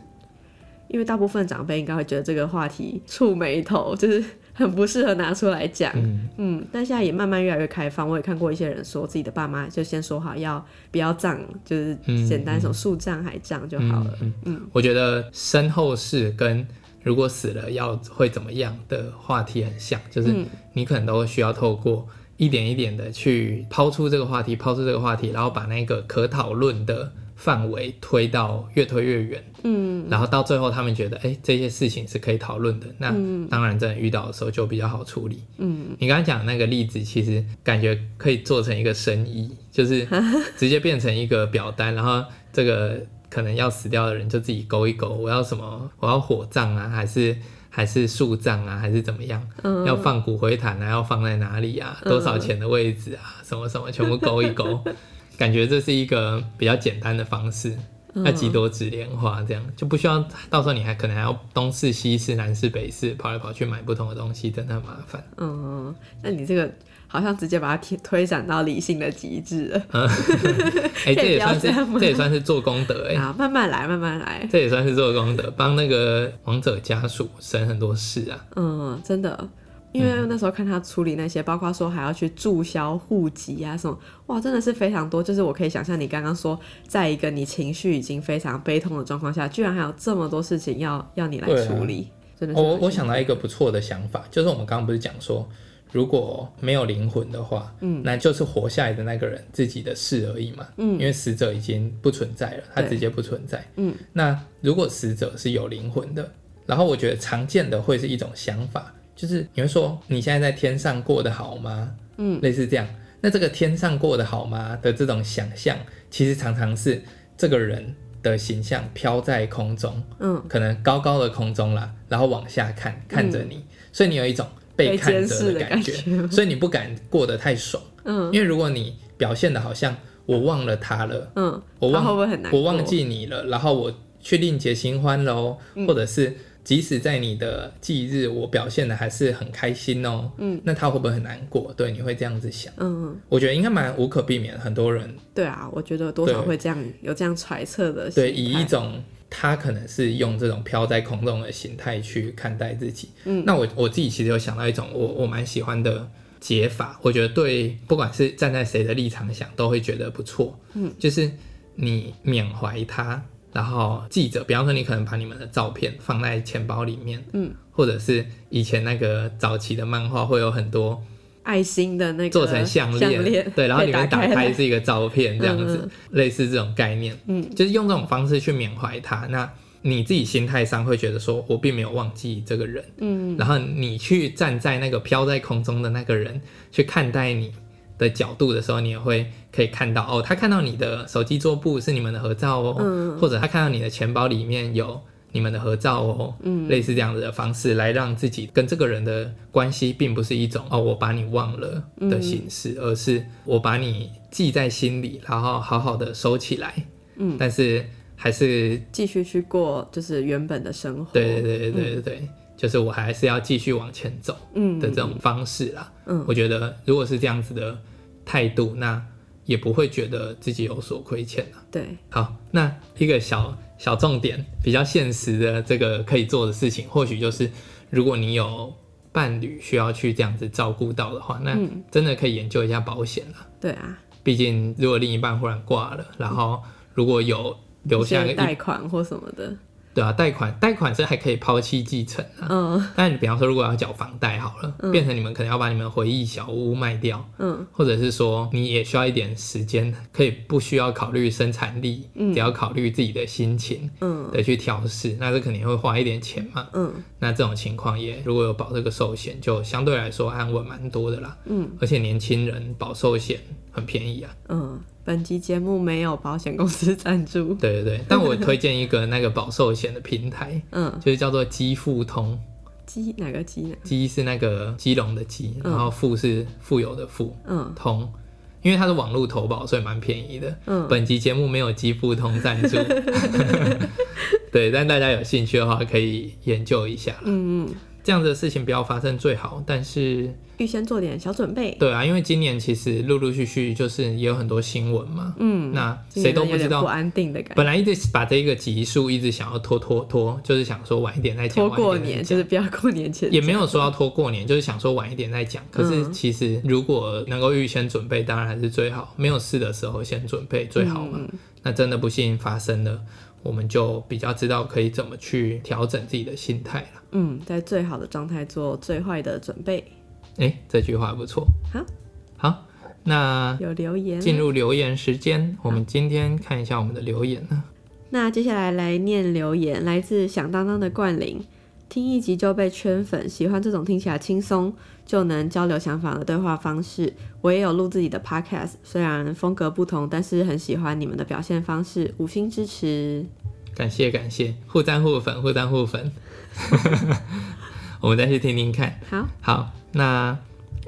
Speaker 1: 因为大部分长辈应该会觉得这个话题触眉头，就是很不适合拿出来讲。
Speaker 3: 嗯
Speaker 1: 嗯，但现在也慢慢越来越开放。我也看过一些人说，自己的爸妈就先说好要不要葬，就是
Speaker 3: 嗯
Speaker 1: 简单什么树葬、海葬就好了。
Speaker 3: 嗯
Speaker 1: 嗯
Speaker 3: 我觉得身后事跟如果死了要会怎么样的话题很像，就是
Speaker 1: 嗯
Speaker 3: 你可能都需要透过一点一点的去抛出这个话题，抛出这个话题，然后把那个可讨论的范围推到越推越远，
Speaker 1: 嗯
Speaker 3: 然后到最后他们觉得，哎、这些事情是可以讨论的。那
Speaker 1: 嗯
Speaker 3: 当然，真的遇到的时候就比较好处理。
Speaker 1: 嗯
Speaker 3: 你刚才讲的那个例子，其实感觉 可以做成一个生意，就是直接变成一个表单，然后这个可能要死掉的人就自己勾一勾，我要什么？我要火葬啊，还是还是树葬啊，还是怎么样？
Speaker 1: 嗯
Speaker 3: 要放骨灰坛啊，要放在哪里啊？多少钱的位置啊？什么什么，全部勾一勾， 感觉这是一个比较简单的方式。
Speaker 1: 嗯
Speaker 3: 那几多纸莲花这样就不需要，到时候你还可能还要东试西试、南试北试，跑来跑去买不同的东西，真的很麻烦。
Speaker 1: 嗯，那你这个好像直接把它推推展到理性的极致了。
Speaker 3: 嗯 哎、
Speaker 1: 可
Speaker 3: 这
Speaker 1: 以
Speaker 3: 也
Speaker 1: 不要
Speaker 3: 算是
Speaker 1: 这样吗
Speaker 3: 这也算是做功德哎、
Speaker 1: 啊，慢慢来，慢慢来。
Speaker 3: 这也算是做功德，帮那个亡者家属省很多事啊。
Speaker 1: 嗯，真的，因为那时候看他处理那些，包括说还要去注销户籍啊什么，哇，真的是非常多。就是我可以想象你刚刚说，在一个你情绪已经非常悲痛的状况下，居然还有这么多事情要要你来
Speaker 3: 对啊
Speaker 1: 处理，真的是
Speaker 3: 我
Speaker 1: 蛮
Speaker 3: 我
Speaker 1: 辛苦
Speaker 3: 我想到一个不错的想法，就是我们刚刚不是讲说，如果没有灵魂的话，嗯，那就是活下来的那个人自己的事而已嘛，嗯，因为死者已经不存在了，他
Speaker 1: 对
Speaker 3: 直接不存在，
Speaker 1: 嗯，
Speaker 3: 那如果死者是有灵魂的，然后我觉得常见的会是一种想法，就是你会说你现在在天上过得好吗？嗯，类似这样，那这个天上过得好吗的这种想象，其实常常是这个人的形象飘在空中，
Speaker 1: 嗯，
Speaker 3: 可能高高的空中啦，然后往下看，看着你，所以你有一种被
Speaker 1: 被
Speaker 3: 看
Speaker 1: 监
Speaker 3: 着
Speaker 1: 视
Speaker 3: 的
Speaker 1: 的
Speaker 3: 感
Speaker 1: 感
Speaker 3: 觉，
Speaker 1: 觉
Speaker 3: 所以你不敢过得太爽，
Speaker 1: 嗯，
Speaker 3: 因为如果你表现的好像我忘了他了，
Speaker 1: 嗯，
Speaker 3: 我
Speaker 1: 他
Speaker 3: 忘
Speaker 1: 会不会很难过？
Speaker 3: 我忘记你了，然后我去另结新欢喽，
Speaker 1: 嗯
Speaker 3: 或者是即使在你的忌日，我表现的还是很开心哦，嗯，那他会不会很难过？对，你会这样子想，
Speaker 1: 嗯，
Speaker 3: 我觉得应该蛮无可避免，很多人
Speaker 1: 对啊，我觉得多少
Speaker 3: 对
Speaker 1: 会这样有这样揣测的心态。
Speaker 3: 对，以一种他可能是用这种飘在空中的形态去看待自己。嗯，那我我自己其实有想到一种我我蛮喜欢的解法，我觉得对，不管是站在谁的立场想，都会觉得不错。嗯，就是你缅怀他，然后记着，比方说你可能把你们的照片放在钱包里面，嗯，或者是以前那个早期的漫画会有很多。
Speaker 1: 爱心的那个
Speaker 3: 做成项链，对，然后
Speaker 1: 可以
Speaker 3: 里面打
Speaker 1: 开
Speaker 3: 开
Speaker 1: 来
Speaker 3: 是一个照片，这样子，
Speaker 1: 嗯
Speaker 3: 类似这种概念，嗯，就是用这种方式去缅怀他。那你自己心态上会觉得说，我并没有忘记这个人，嗯，然后你去站在那个飘在空中的那个人去看待你的角度的时候，你也会可以看到哦，他看到你的手机桌布是你们的合照哦，或者他看到你的钱包里面有。你们的合照哦，嗯，类似这样子的方式来让自己跟这个人的关系，并不是一种哦，我把你忘了的形式，而是我把你记在心里，然后好好的收起来，嗯，但是还是
Speaker 1: 继续去过就是原本的生活。
Speaker 3: 对对对对对对，就是我还是要继续往前走
Speaker 1: 嗯
Speaker 3: 的这种方式啦。
Speaker 1: 嗯
Speaker 3: 我觉得如果是这样子的态度，那也不会觉得自己有所亏欠啦。
Speaker 1: 对，
Speaker 3: 好，那一个小小重点，比较现实的这个可以做的事情，或许就是如果你有伴侣需要去这样子照顾到的话，那
Speaker 1: 嗯
Speaker 3: 真的可以研究一下保险啦。
Speaker 1: 对啊，
Speaker 3: 毕竟如果另一半忽然挂了，然后如果有留
Speaker 1: 一
Speaker 3: 下
Speaker 1: 些
Speaker 3: 一
Speaker 1: 贷款或什么的，
Speaker 3: 对啊，贷款贷款是还可以抛弃继承啊。
Speaker 1: 嗯
Speaker 3: 但你比方说，如果要缴房贷好了，变成你们可能要把你们回忆小屋卖掉，
Speaker 1: 嗯，
Speaker 3: 或者是说你也需要一点时间，可以不需要考虑生产力，只要考虑自己的心情，
Speaker 1: 嗯，
Speaker 3: 的去调试，那这肯定会花一点钱嘛，
Speaker 1: 嗯，
Speaker 3: 那这种情况也如果有保这个寿险，就相对来说安稳蛮多的啦，
Speaker 1: 嗯，
Speaker 3: 而且年轻人保寿险很便宜啊，
Speaker 1: 嗯，本集节目没有保险公司赞助。
Speaker 3: 对对对，但我推荐一个那个保寿险的平台，
Speaker 1: 嗯，
Speaker 3: 就是叫做基富通。
Speaker 1: 鸡哪个鸡呢？
Speaker 3: 基是那个基隆的基，然后富是富有的富，
Speaker 1: 嗯，
Speaker 3: 通，因为它是网络投保，所以蛮便宜的。
Speaker 1: 嗯
Speaker 3: 本集节目没有基富通赞 助，对，但大家有兴趣的话可以研究一下。
Speaker 1: 嗯嗯，
Speaker 3: 这样子的事情不要发生最好，但是
Speaker 1: 预先做点小准备。
Speaker 3: 对啊，因为今年其实陆陆续续就是也有很多新闻嘛，
Speaker 1: 嗯，
Speaker 3: 那
Speaker 1: 今
Speaker 3: 谁
Speaker 1: 年
Speaker 3: 都
Speaker 1: 有
Speaker 3: 不知
Speaker 1: 点
Speaker 3: 道
Speaker 1: 不。安定的感觉。
Speaker 3: 本来一直把这个集数一直想要拖拖拖，就是想说晚一点再讲，
Speaker 1: 拖过
Speaker 3: 晚一点再
Speaker 1: 年
Speaker 3: 讲
Speaker 1: 就是不要过年前
Speaker 3: 也没有说要拖过年，就是想说晚一点再讲。可是其实如果能够预先准备，当然还是最好。没有事的时候先准备最好嘛。那真的不幸发生了，我们就比较知道可以怎么去调整自己的心态了。
Speaker 1: 嗯，在最好的状态做最坏的准备。
Speaker 3: 诶，这句话不错。
Speaker 1: 好，
Speaker 3: 好，那
Speaker 1: 有留言啊
Speaker 3: 进入留言时间，我们今天看一下我们的留言呢。
Speaker 1: 那接下来来念留言，来自响当当的冠霖。听一集就被圈粉，喜欢这种听起来轻松就能交流想法的对话方式。我也有录自己的 podcast，虽然风格不同，但是很喜欢你们的表现方式，五星支持。
Speaker 3: 感谢感谢，互赞互粉，互赞互粉。 我们再去听听看。
Speaker 1: 好，
Speaker 3: 好，那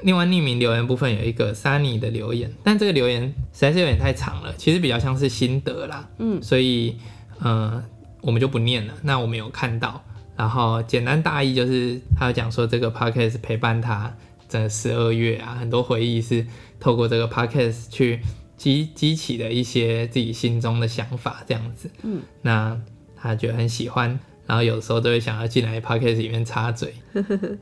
Speaker 3: 另外匿名留言部分有一个 Sunny 的留言，但这个留言实在是有点太长了，其实比较像是心得啦。
Speaker 1: 嗯，
Speaker 3: 所以呃，我们就不念了。那我们有看到，然后简单大意就是，他有讲说这个 podcast 陪伴他整十二月啊，很多回忆是透过这个 podcast 去激激起的一些自己心中的想法，这样子。
Speaker 1: 嗯，
Speaker 3: 那他觉得很喜欢。然后有时候都会想要进来 podcast 里面插 嘴，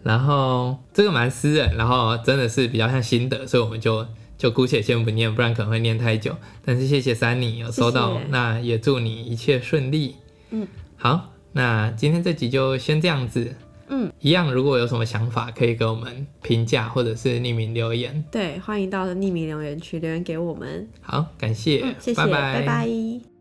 Speaker 3: 然后这个蛮私人，然后真的是比较像心得，所以我们就就姑且先不念，不然可能会念太久。但是谢谢三你有收到，
Speaker 1: 谢谢
Speaker 3: 那也祝你一切顺利。
Speaker 1: 嗯，
Speaker 3: 好，那今天这集就先这样子。
Speaker 1: 嗯，
Speaker 3: 一样，如果有什么想法，可以给我们评价或者是匿名留言。
Speaker 1: 对，欢迎到匿名留言区留言给我们。
Speaker 3: 好，感谢，
Speaker 1: 嗯，谢谢，
Speaker 3: 拜拜
Speaker 1: 拜拜